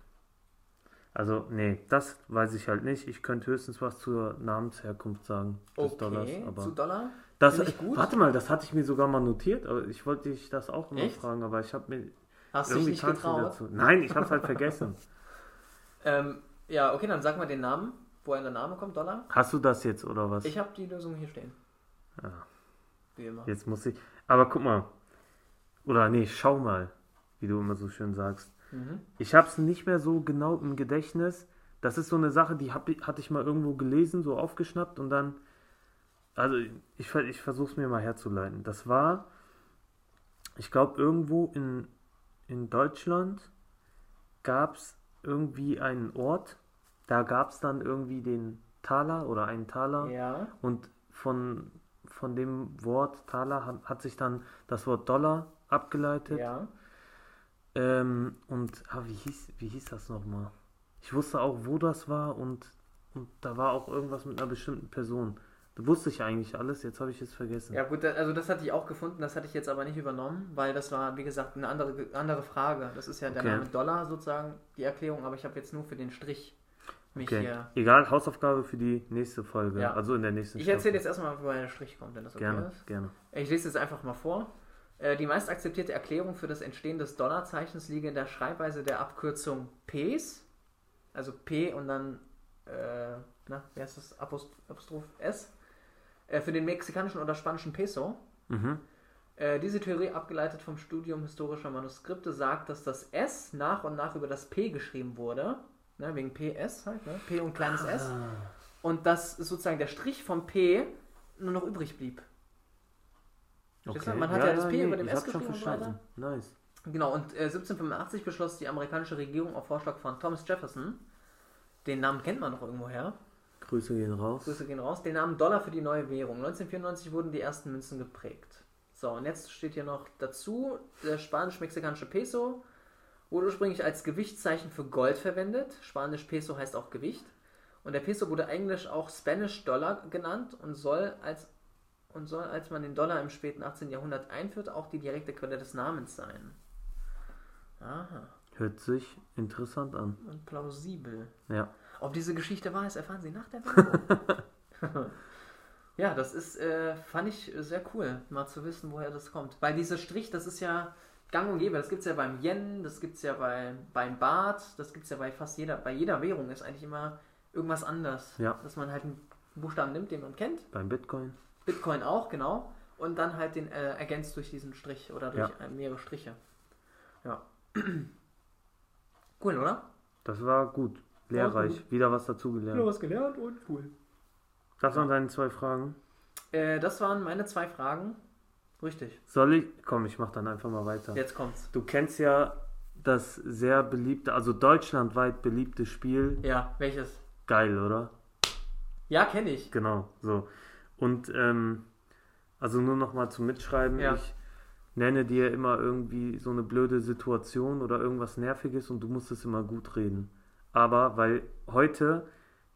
[SPEAKER 1] Also, nee, das weiß ich halt nicht. Ich könnte höchstens was zur Namensherkunft sagen. Des
[SPEAKER 2] Okay,
[SPEAKER 1] Dollars, aber
[SPEAKER 2] zu Dollar?
[SPEAKER 1] das,
[SPEAKER 2] find ich gut.
[SPEAKER 1] Warte mal, das hatte ich mir sogar mal notiert. Aber ich wollte dich das auch immer
[SPEAKER 2] Echt?
[SPEAKER 1] fragen, aber ich habe mir
[SPEAKER 2] Hast du dich
[SPEAKER 1] irgendwie
[SPEAKER 2] nicht
[SPEAKER 1] kam ich nie
[SPEAKER 2] getraut?
[SPEAKER 1] dazu. Nein, ich habe es halt vergessen.
[SPEAKER 2] Ähm, ja, okay, dann sag mal den Namen. Woher der Name kommt, Dollar?
[SPEAKER 1] Hast du das jetzt oder was?
[SPEAKER 2] Ich habe die Lösung hier stehen.
[SPEAKER 1] Ja.
[SPEAKER 2] Wie immer.
[SPEAKER 1] Jetzt muss ich. Aber guck mal. Oder nee, schau mal, wie du immer so schön sagst.
[SPEAKER 2] Mhm.
[SPEAKER 1] Ich habe es nicht mehr so genau im Gedächtnis. Das ist so eine Sache, die hab, ich- hatte ich mal irgendwo gelesen, so aufgeschnappt und dann. Also ich, ver- ich versuche es mir mal herzuleiten. Das war, ich glaube, irgendwo in, in Deutschland gab es irgendwie einen Ort, da gab es dann irgendwie den Taler oder einen Taler.
[SPEAKER 2] Ja.
[SPEAKER 1] Und von, von dem Wort Taler hat, hat sich dann das Wort Dollar abgeleitet.
[SPEAKER 2] Ja.
[SPEAKER 1] Ähm, und ah, wie, hieß, wie hieß das nochmal? Ich wusste auch, wo das war und, und da war auch irgendwas mit einer bestimmten Person. wusste ich eigentlich alles, jetzt habe ich es vergessen.
[SPEAKER 2] Ja gut, da- also das hatte ich auch gefunden, das hatte ich jetzt aber nicht übernommen, weil das war, wie gesagt, eine andere, andere Frage. Das ist ja der
[SPEAKER 1] Okay.
[SPEAKER 2] Name Dollar sozusagen, die Erklärung, aber ich habe jetzt nur für den Strich mich
[SPEAKER 1] okay.
[SPEAKER 2] hier...
[SPEAKER 1] Egal, Hausaufgabe für die nächste Folge.
[SPEAKER 2] Ja.
[SPEAKER 1] Also in der nächsten
[SPEAKER 2] Ich erzähle jetzt erstmal, woher der Strich kommt, wenn das okay
[SPEAKER 1] Gerne,
[SPEAKER 2] ist.
[SPEAKER 1] gerne.
[SPEAKER 2] Ich lese jetzt einfach mal vor. Äh, Die meist akzeptierte Erklärung für das Entstehen des Dollarzeichens liege in der Schreibweise der Abkürzung Ps, also P und dann, äh, na, wie heißt das? Apost Apostroph S, äh, für den mexikanischen oder spanischen Peso.
[SPEAKER 1] Mhm.
[SPEAKER 2] Äh, diese Theorie, abgeleitet vom Studium historischer Manuskripte, sagt, dass das S nach und nach über das P geschrieben wurde. Ne, wegen PS halt, ne? P und kleines S. Und dass sozusagen der Strich vom P nur noch übrig blieb. Verstehst du? Man hat ja das P über dem
[SPEAKER 1] ich
[SPEAKER 2] S
[SPEAKER 1] hab's schon
[SPEAKER 2] geschrieben und
[SPEAKER 1] verstanden. Nice.
[SPEAKER 2] Genau, und äh, 1785 beschloss die amerikanische Regierung auf Vorschlag von Thomas Jefferson, den Namen kennt man noch irgendwoher,
[SPEAKER 1] Grüße gehen raus.
[SPEAKER 2] Grüße gehen raus, den Namen Dollar für die neue Währung. 1994 wurden die ersten Münzen geprägt. So, und jetzt steht hier noch dazu, der spanisch-mexikanische Peso wurde ursprünglich als Gewichtszeichen für Gold verwendet. Spanisch Peso heißt auch Gewicht. Und der Peso wurde englisch auch Spanish Dollar genannt und soll als und soll, als man den Dollar im späten 18. Jahrhundert einführte, auch die direkte Quelle des Namens sein. Aha,
[SPEAKER 1] Hört sich interessant an.
[SPEAKER 2] und plausibel.
[SPEAKER 1] Ja.
[SPEAKER 2] Ob diese Geschichte wahr ist, erfahren Sie nach der Werbung. ja, das ist, äh, fand ich sehr cool, mal zu wissen, woher das kommt. Weil dieser Strich, das ist ja gang und gäbe. Das gibt es ja beim Yen, das gibt es ja bei, beim Bart, das gibt es ja bei fast jeder, bei jeder Währung ist eigentlich immer irgendwas anders.
[SPEAKER 1] Ja.
[SPEAKER 2] Dass man halt einen Buchstaben nimmt, den man kennt.
[SPEAKER 1] Beim Bitcoin.
[SPEAKER 2] Bitcoin auch, genau. Und dann halt den äh, ergänzt durch diesen Strich oder durch äh, mehrere Striche. Ja. cool, oder?
[SPEAKER 1] Das war gut. Lehrreich. Wieder was dazu gelernt.
[SPEAKER 2] was gelernt und cool.
[SPEAKER 1] Das waren deine zwei Fragen.
[SPEAKER 2] Äh, das waren meine zwei Fragen. Richtig.
[SPEAKER 1] Soll ich? Komm, ich mach dann einfach mal weiter.
[SPEAKER 2] Jetzt kommt's.
[SPEAKER 1] Du kennst ja das sehr beliebte, also deutschlandweit beliebte Spiel.
[SPEAKER 2] Ja, welches?
[SPEAKER 1] Geil, oder?
[SPEAKER 2] Ja, kenne ich.
[SPEAKER 1] Genau, so. Und ähm, also nur nochmal zum Mitschreiben.
[SPEAKER 2] Ja.
[SPEAKER 1] Ich nenne dir immer irgendwie so eine blöde Situation oder irgendwas Nerviges und du musst es immer gut reden. Aber weil heute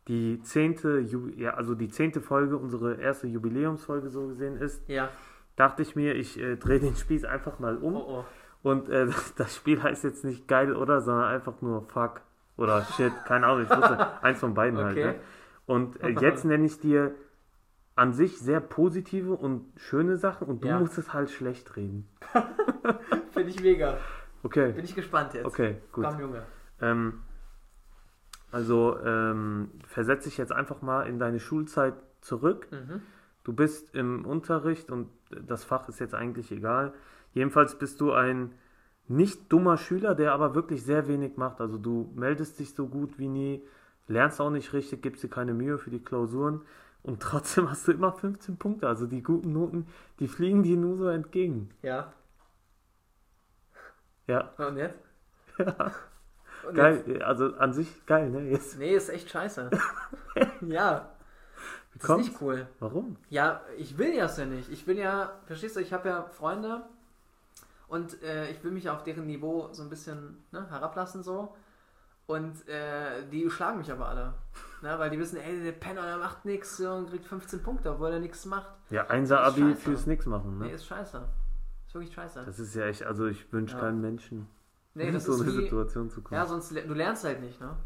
[SPEAKER 1] die zehnte, Ju ja, also die zehnte Folge, unsere erste Jubiläumsfolge so gesehen ist,
[SPEAKER 2] Ja.
[SPEAKER 1] dachte ich mir, ich äh, drehe den Spieß einfach mal um.
[SPEAKER 2] Oh oh.
[SPEAKER 1] Und äh, das Spiel heißt jetzt nicht geil oder, sondern einfach nur fuck oder shit, keine Ahnung, ich wusste, eins von beiden halt.
[SPEAKER 2] Okay.
[SPEAKER 1] Ne? Und äh, jetzt nenne ich dir an sich sehr positive und schöne Sachen und du
[SPEAKER 2] Ja.
[SPEAKER 1] musst es halt schlecht reden.
[SPEAKER 2] Finde ich mega.
[SPEAKER 1] Okay,
[SPEAKER 2] Bin ich gespannt jetzt.
[SPEAKER 1] okay, gut.
[SPEAKER 2] Komm, Junge.
[SPEAKER 1] Ähm, also ähm, versetze dich jetzt einfach mal in deine Schulzeit zurück.
[SPEAKER 2] Mhm.
[SPEAKER 1] Du bist im Unterricht und das Fach ist jetzt eigentlich egal. Jedenfalls bist du ein nicht dummer Schüler, der aber wirklich sehr wenig macht. Also du meldest dich so gut wie nie, lernst auch nicht richtig, gibst dir keine Mühe für die Klausuren und trotzdem hast du immer 15 Punkte. Also die guten Noten, die fliegen dir nur so entgegen.
[SPEAKER 2] Ja.
[SPEAKER 1] Ja,
[SPEAKER 2] Und jetzt? Und
[SPEAKER 1] geil. Also an sich geil, ne? Jetzt,
[SPEAKER 2] Jetzt? Nee, ist echt scheiße. ja. Das
[SPEAKER 1] kommt's?
[SPEAKER 2] ist nicht cool.
[SPEAKER 1] warum?
[SPEAKER 2] Ja, ich will das ja nicht. Ich will ja, verstehst du, ich habe ja Freunde und äh, ich will mich auf deren Niveau so ein bisschen ne, herablassen so. Und äh, die schlagen mich aber alle. Ne, weil die wissen, ey, der Penner, der macht nichts und kriegt 15 Punkte, obwohl er nichts macht.
[SPEAKER 1] Ja, Einser-Abi
[SPEAKER 2] scheiße.
[SPEAKER 1] fürs Nix machen,
[SPEAKER 2] Nee,
[SPEAKER 1] ne?
[SPEAKER 2] ist scheiße. Ist wirklich scheiße.
[SPEAKER 1] Das ist ja echt, also ich wünsche
[SPEAKER 2] Ja.
[SPEAKER 1] keinem Menschen,
[SPEAKER 2] Nee,
[SPEAKER 1] in
[SPEAKER 2] das
[SPEAKER 1] so
[SPEAKER 2] ist
[SPEAKER 1] eine
[SPEAKER 2] wie,
[SPEAKER 1] Situation zu kommen.
[SPEAKER 2] Ja, sonst, le- du lernst halt nicht, ne?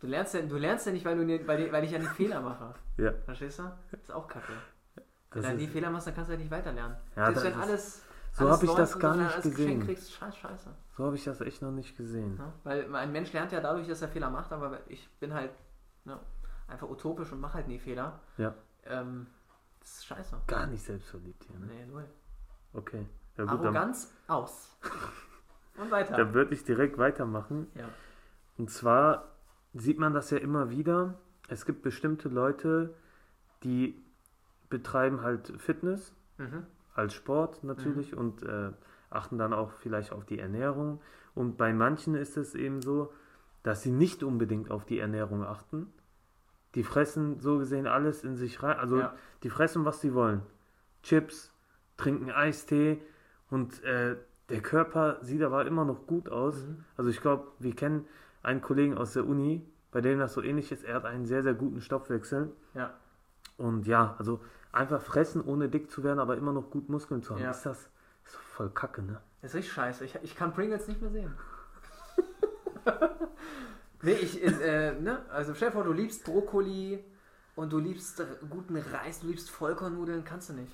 [SPEAKER 2] Du lernst, ja- du lernst ja nicht, weil, du, ne- weil, die- weil ich ja nie Fehler mache.
[SPEAKER 1] Ja.
[SPEAKER 2] Verstehst du? Ist auch kacke. Wenn
[SPEAKER 1] Das
[SPEAKER 2] du dann
[SPEAKER 1] ist-
[SPEAKER 2] die Fehler machst, dann kannst du ja nicht weiterlernen.
[SPEAKER 1] Ja,
[SPEAKER 2] Selbst
[SPEAKER 1] das
[SPEAKER 2] wenn
[SPEAKER 1] ist-
[SPEAKER 2] alles.
[SPEAKER 1] so
[SPEAKER 2] alles
[SPEAKER 1] hab ich
[SPEAKER 2] läuft
[SPEAKER 1] das
[SPEAKER 2] und
[SPEAKER 1] gar
[SPEAKER 2] du dann
[SPEAKER 1] nicht
[SPEAKER 2] alles Geschenk
[SPEAKER 1] gesehen.
[SPEAKER 2] kriegst, scheiß, scheiße.
[SPEAKER 1] So habe ich das echt noch nicht gesehen.
[SPEAKER 2] Ne? Weil ein Mensch lernt ja dadurch, dass er Fehler macht, aber ich bin halt ne, einfach utopisch und mache halt nie Fehler.
[SPEAKER 1] Ja.
[SPEAKER 2] Ähm, das ist scheiße.
[SPEAKER 1] Gar nicht selbstverliebt hier, ne?
[SPEAKER 2] Nee, null.
[SPEAKER 1] Okay. Ja, gut, dann,
[SPEAKER 2] Arroganz aus. Und weiter.
[SPEAKER 1] dann würde ich direkt weitermachen.
[SPEAKER 2] Ja.
[SPEAKER 1] Und zwar sieht man das ja immer wieder. Es gibt bestimmte Leute, die betreiben halt Fitness
[SPEAKER 2] Mhm.
[SPEAKER 1] als Sport natürlich und äh, achten dann auch vielleicht auf die Ernährung. Und bei manchen ist es eben so, dass sie nicht unbedingt auf die Ernährung achten. Die fressen so gesehen alles in sich rein. Also
[SPEAKER 2] Ja.
[SPEAKER 1] die fressen, was sie wollen. Chips, trinken Eistee und äh, der Körper sieht aber immer noch gut aus.
[SPEAKER 2] Mhm.
[SPEAKER 1] Also ich glaube, wir kennen einen Kollegen aus der Uni, bei dem das so ähnlich ist. Er hat einen sehr, sehr guten Stoffwechsel.
[SPEAKER 2] Ja.
[SPEAKER 1] Und ja, also einfach fressen, ohne dick zu werden, aber immer noch gut Muskeln zu haben.
[SPEAKER 2] Ja.
[SPEAKER 1] Ist das ist doch voll kacke, ne?
[SPEAKER 2] Das ist richtig scheiße. Ich, ich kann Pringles nicht mehr sehen. nee, ich, äh, ne? Also stell dir vor, du liebst Brokkoli und du liebst r- guten Reis, du liebst Vollkornnudeln, kannst du nicht.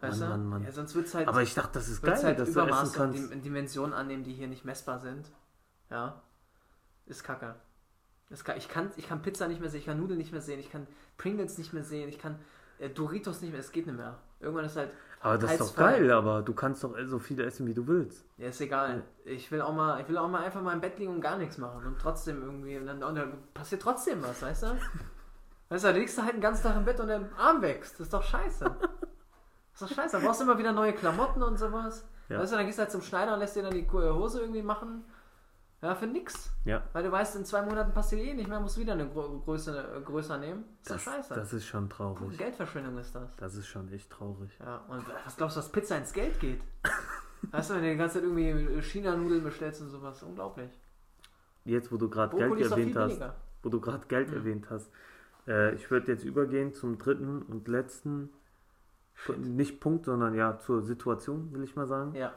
[SPEAKER 2] Weißt
[SPEAKER 1] Mann,
[SPEAKER 2] du?
[SPEAKER 1] Mann, Mann.
[SPEAKER 2] Ja, sonst wird's halt,
[SPEAKER 1] Aber ich dachte, das ist geil,
[SPEAKER 2] wird's halt
[SPEAKER 1] dass du essen
[SPEAKER 2] Übermaße und
[SPEAKER 1] kannst.
[SPEAKER 2] Dim Dimensionen annehmen, die hier nicht messbar sind. Ja. Ist kacke. Ist ka ich, kann, ich kann Pizza nicht mehr sehen, ich kann Nudeln nicht mehr sehen, ich kann Pringles nicht mehr sehen, ich kann äh, Doritos nicht mehr, es geht nicht mehr. Irgendwann ist halt
[SPEAKER 1] Aber das ist doch
[SPEAKER 2] Heizfrei.
[SPEAKER 1] geil, aber du kannst doch so viel essen, wie du willst.
[SPEAKER 2] Ja, ist egal. Ich will auch mal, ich will auch mal einfach mal im Bett liegen und gar nichts machen und trotzdem irgendwie und dann, und dann passiert trotzdem was, weißt du? Weißt du, dann liegst du halt den ganzen Tag im Bett und dein Arm wächst. Das ist doch scheiße. Das ist doch scheiße. Da brauchst du immer wieder neue Klamotten und sowas.
[SPEAKER 1] Ja.
[SPEAKER 2] Weißt du, dann gehst du halt zum Schneider und lässt dir dann die äh, Hose irgendwie machen. Ja, für nix.
[SPEAKER 1] Ja.
[SPEAKER 2] Weil du weißt, in zwei Monaten passt die eh nicht mehr, musst du wieder eine Grö Größe äh, größer nehmen. Ist
[SPEAKER 1] Das,
[SPEAKER 2] doch scheiße.
[SPEAKER 1] das ist schon traurig.
[SPEAKER 2] Geldverschwendung ist das.
[SPEAKER 1] Das ist schon echt traurig.
[SPEAKER 2] Ja, und was glaubst du, was Pizza ins Geld geht? weißt du, wenn du die ganze Zeit irgendwie China-Nudeln bestellst und sowas, unglaublich.
[SPEAKER 1] Jetzt, wo du gerade Geld
[SPEAKER 2] Brokkoli ist doch
[SPEAKER 1] erwähnt
[SPEAKER 2] viel Mhm.
[SPEAKER 1] hast,
[SPEAKER 2] weniger.
[SPEAKER 1] wo du gerade Geld erwähnt hast, äh, ich würde jetzt übergehen zum dritten und letzten, nicht Punkt, sondern ja zur Situation, will ich mal sagen.
[SPEAKER 2] Ja,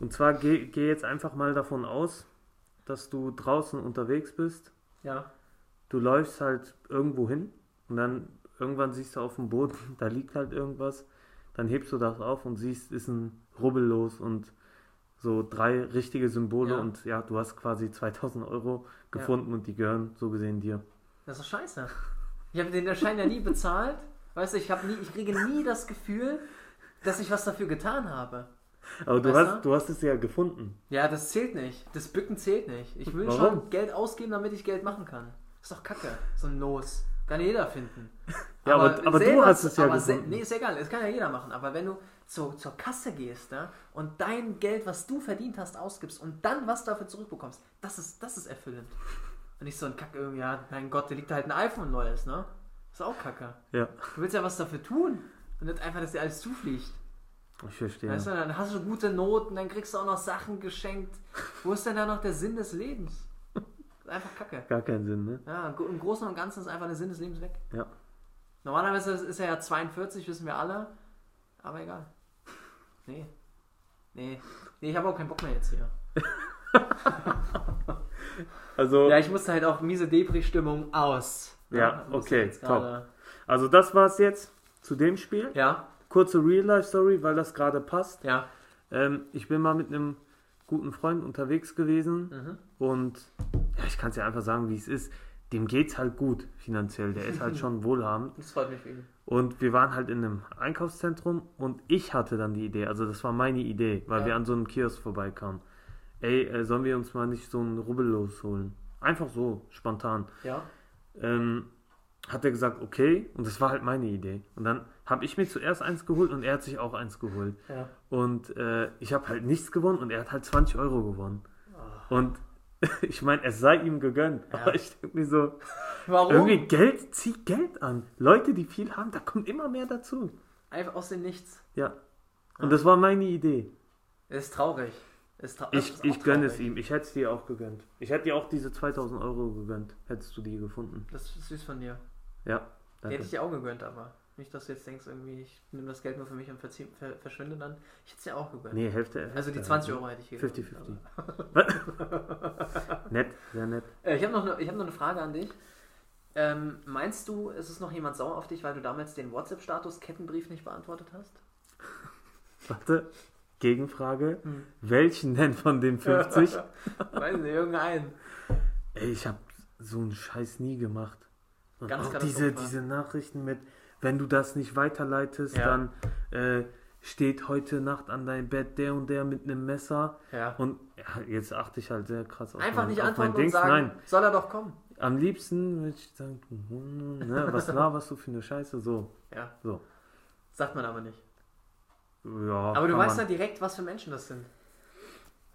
[SPEAKER 1] Und zwar geh, geh jetzt einfach mal davon aus, dass du draußen unterwegs bist.
[SPEAKER 2] ja,
[SPEAKER 1] Du läufst halt irgendwo hin und dann irgendwann siehst du auf dem Boden, da liegt halt irgendwas. Dann hebst du das auf und siehst, ist ein Rubbel los und so drei richtige Symbole
[SPEAKER 2] Ja.
[SPEAKER 1] und ja, du hast quasi 2000 Euro gefunden und die gehören so gesehen dir.
[SPEAKER 2] das ist doch scheiße. Ich habe den Schein ja nie bezahlt. Weißt du, ich, hab nie, ich kriege nie das Gefühl, dass ich was dafür getan habe.
[SPEAKER 1] Aber du
[SPEAKER 2] Weißt du?
[SPEAKER 1] hast, du hast es ja gefunden.
[SPEAKER 2] Ja, das zählt nicht. Das Bücken zählt nicht. Ich will
[SPEAKER 1] Warum?
[SPEAKER 2] schon Geld ausgeben, damit ich Geld machen kann. Ist doch kacke. So ein Los. Kann jeder finden.
[SPEAKER 1] Ja, aber- aber du hast es ja
[SPEAKER 2] aber se-
[SPEAKER 1] gefunden.
[SPEAKER 2] Nee, ist egal. Das kann ja jeder machen. Aber wenn du zu, zur Kasse gehst ja, und dein Geld, was du verdient hast, ausgibst und dann was dafür zurückbekommst, das ist, das ist erfüllend. Und nicht so ein Kack irgendwie, ja, mein Gott, da liegt da halt ein iPhone neues, ne? Ist auch kacke.
[SPEAKER 1] Ja,
[SPEAKER 2] Du willst ja was dafür tun und nicht einfach, dass dir alles zufliegt.
[SPEAKER 1] ich verstehe.
[SPEAKER 2] Weißt du, dann hast du gute Noten, dann kriegst du auch noch Sachen geschenkt. Wo ist denn da noch der Sinn des Lebens? Das ist einfach Kacke.
[SPEAKER 1] Gar keinen Sinn, ne?
[SPEAKER 2] Ja, im Gro- im Großen und Ganzen ist einfach der Sinn des Lebens weg.
[SPEAKER 1] Ja.
[SPEAKER 2] Normalerweise ist- ist er ja 42, wissen wir alle. Aber egal. Nee. Nee. Nee, ich habe auch keinen Bock mehr jetzt hier.
[SPEAKER 1] Also,
[SPEAKER 2] Ja, ich musste halt auch miese Depri-Stimmung aus.
[SPEAKER 1] Ja,
[SPEAKER 2] musste
[SPEAKER 1] okay,
[SPEAKER 2] jetzt gerade-
[SPEAKER 1] also das war's jetzt zu dem Spiel.
[SPEAKER 2] Ja,
[SPEAKER 1] Kurze Real-Life-Story, weil das gerade passt.
[SPEAKER 2] ja.
[SPEAKER 1] Ähm, ich bin mal mit einem guten Freund unterwegs gewesen und ja, ich kann es ja einfach sagen, wie es ist. Dem geht's halt gut finanziell. Der ist halt schon wohlhabend.
[SPEAKER 2] Das freut mich für ihn.
[SPEAKER 1] Und wir waren halt in einem Einkaufszentrum und ich hatte dann die Idee, also das war meine Idee, weil
[SPEAKER 2] Ja.
[SPEAKER 1] wir an so einem Kiosk vorbeikamen. Ey, äh, sollen wir uns mal nicht so einen Rubbel losholen? Einfach so, spontan
[SPEAKER 2] Ja.
[SPEAKER 1] ähm, hat er gesagt, okay, und das war halt meine Idee. Und dann habe ich mir zuerst eins geholt und er hat sich auch eins geholt.
[SPEAKER 2] Ja.
[SPEAKER 1] Und äh, ich habe halt nichts gewonnen und er hat halt 20 Euro gewonnen. Und ich meine, es sei ihm gegönnt. Aber ich denke mir so,
[SPEAKER 2] Warum?
[SPEAKER 1] irgendwie Geld zieht Geld an. Leute, die viel haben, da kommt immer mehr dazu.
[SPEAKER 2] Einfach aus dem Nichts.
[SPEAKER 1] Ja. Und das war meine Idee.
[SPEAKER 2] Ist traurig. Ist trau das
[SPEAKER 1] Ich,
[SPEAKER 2] ist auch
[SPEAKER 1] ich gönne es
[SPEAKER 2] traurig.
[SPEAKER 1] ihm. Ich hätte es dir auch gegönnt. Ich hätte dir auch diese 2000 Euro gegönnt. Hättest du die gefunden.
[SPEAKER 2] Das ist süß von dir.
[SPEAKER 1] Ja.
[SPEAKER 2] Die hätte
[SPEAKER 1] Danke.
[SPEAKER 2] ich dir auch gegönnt, aber nicht, dass du jetzt denkst, irgendwie, ich nehme das Geld nur für mich und verzie- ver verschwinde dann. Ich hätte es dir auch gegönnt.
[SPEAKER 1] Nee, äh, Hälfte.
[SPEAKER 2] also die
[SPEAKER 1] Hälfte.
[SPEAKER 2] 20 Euro hätte ich dir
[SPEAKER 1] 50-50.
[SPEAKER 2] gegönnt,
[SPEAKER 1] nett, sehr nett.
[SPEAKER 2] aber- Äh, ich habe noch, eine- ich hab noch eine Frage an dich. Ähm, meinst du, ist es noch jemand sauer auf dich, weil du damals den WhatsApp-Status Kettenbrief nicht beantwortet hast?
[SPEAKER 1] Warte, Gegenfrage.
[SPEAKER 2] Hm.
[SPEAKER 1] Welchen denn von den 50?
[SPEAKER 2] Weiß nicht, irgendeinen.
[SPEAKER 1] Ey, ich habe so einen Scheiß nie gemacht. Und
[SPEAKER 2] Ganz
[SPEAKER 1] auch diese,
[SPEAKER 2] Katastrophe.
[SPEAKER 1] diese Nachrichten mit, wenn du das nicht weiterleitest,
[SPEAKER 2] Ja.
[SPEAKER 1] dann äh, steht heute Nacht an deinem Bett der und der mit einem Messer.
[SPEAKER 2] Ja.
[SPEAKER 1] Und ja, jetzt achte ich halt sehr krass auf
[SPEAKER 2] Einfach
[SPEAKER 1] mein,
[SPEAKER 2] nicht
[SPEAKER 1] auf
[SPEAKER 2] antworten
[SPEAKER 1] mein Dings.
[SPEAKER 2] und sagen,
[SPEAKER 1] Nein,
[SPEAKER 2] soll er doch kommen.
[SPEAKER 1] am liebsten würde ich sagen, ne, was laberst du für eine Scheiße? So,
[SPEAKER 2] Ja,
[SPEAKER 1] so.
[SPEAKER 2] sagt man aber nicht.
[SPEAKER 1] Ja,
[SPEAKER 2] Aber du
[SPEAKER 1] kann
[SPEAKER 2] weißt
[SPEAKER 1] man.
[SPEAKER 2] ja direkt, was für Menschen das sind.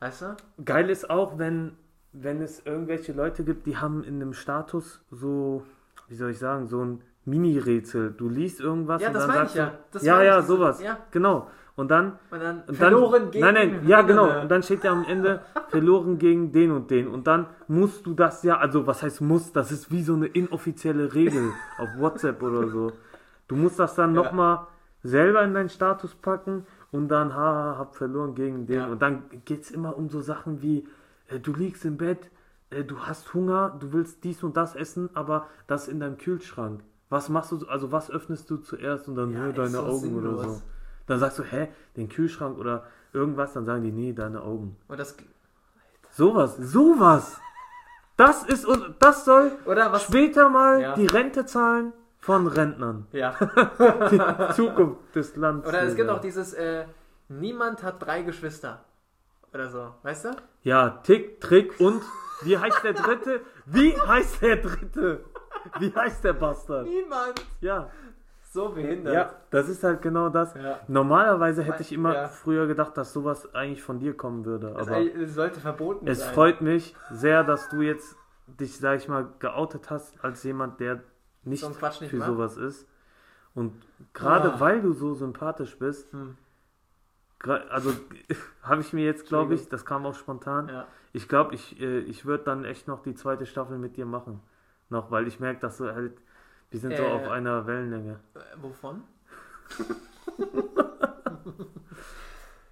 [SPEAKER 2] Weißt du?
[SPEAKER 1] Geil ist auch, wenn, wenn es irgendwelche Leute gibt, die haben in einem Status so, wie soll ich sagen, so ein Mini-Rätsel. Du liest irgendwas
[SPEAKER 2] Ja,
[SPEAKER 1] und
[SPEAKER 2] das
[SPEAKER 1] dann
[SPEAKER 2] meine
[SPEAKER 1] sagst
[SPEAKER 2] ich ja.
[SPEAKER 1] du,
[SPEAKER 2] Das
[SPEAKER 1] ja,
[SPEAKER 2] meine
[SPEAKER 1] ja,
[SPEAKER 2] ich, diese-
[SPEAKER 1] sowas.
[SPEAKER 2] ja.
[SPEAKER 1] Genau. Und dann
[SPEAKER 2] Und dann
[SPEAKER 1] und
[SPEAKER 2] verloren
[SPEAKER 1] dann,
[SPEAKER 2] gegen.
[SPEAKER 1] Nein, nein, ja, genau. Und dann steht ja am Ende verloren gegen den und den. Und dann musst du das ja, also was heißt muss, das ist wie so eine inoffizielle Regel auf WhatsApp oder so. Du musst das dann
[SPEAKER 2] Ja.
[SPEAKER 1] nochmal selber in deinen Status packen und dann, ha, ha, hab verloren gegen den.
[SPEAKER 2] Ja.
[SPEAKER 1] Und dann geht's immer um so Sachen wie, äh, du liegst im Bett, äh, du hast Hunger, du willst dies und das essen, aber das in deinem Kühlschrank. Was machst du, so- also was öffnest du zuerst und dann
[SPEAKER 2] Ja,
[SPEAKER 1] nur
[SPEAKER 2] ist
[SPEAKER 1] deine
[SPEAKER 2] so
[SPEAKER 1] Augen oder
[SPEAKER 2] sinnlos.
[SPEAKER 1] so. Dann sagst du, hä, den Kühlschrank oder irgendwas, dann sagen die, nee, deine Augen.
[SPEAKER 2] Und das,
[SPEAKER 1] Sowas, sowas. Das ist und das soll
[SPEAKER 2] oder was?
[SPEAKER 1] später mal
[SPEAKER 2] Ja.
[SPEAKER 1] die Rente zahlen von Rentnern.
[SPEAKER 2] Ja.
[SPEAKER 1] Die Zukunft des Landes.
[SPEAKER 2] Oder es gibt auch dieses, äh, niemand hat drei Geschwister. Oder so, weißt du?
[SPEAKER 1] Ja, Tick, Trick und wie heißt der dritte? Wie heißt der dritte? Wie heißt der Bastard?
[SPEAKER 2] Niemand.
[SPEAKER 1] Ja,
[SPEAKER 2] So behindert.
[SPEAKER 1] ja, das ist halt genau das.
[SPEAKER 2] Ja.
[SPEAKER 1] Normalerweise hätte ich immer
[SPEAKER 2] Ja.
[SPEAKER 1] früher gedacht, dass sowas eigentlich von dir kommen würde.
[SPEAKER 2] Das,
[SPEAKER 1] aber
[SPEAKER 2] eigentlich- das sollte verboten
[SPEAKER 1] Es
[SPEAKER 2] sein.
[SPEAKER 1] freut mich sehr, dass du jetzt dich, sag ich mal, geoutet hast als jemand, der nicht,
[SPEAKER 2] So einen Quatsch nicht
[SPEAKER 1] für
[SPEAKER 2] macht.
[SPEAKER 1] sowas ist. Und gerade
[SPEAKER 2] Ah.
[SPEAKER 1] weil du so sympathisch bist,
[SPEAKER 2] Hm.
[SPEAKER 1] gra- also habe ich mir jetzt, glaube ich, das kam auch spontan,
[SPEAKER 2] Ja.
[SPEAKER 1] ich glaube, ich, äh, ich würde dann echt noch die zweite Staffel mit dir machen. Noch, weil ich merke, dass du halt, wir sind so
[SPEAKER 2] Äh.
[SPEAKER 1] auf einer Wellenlänge.
[SPEAKER 2] Äh, Wovon?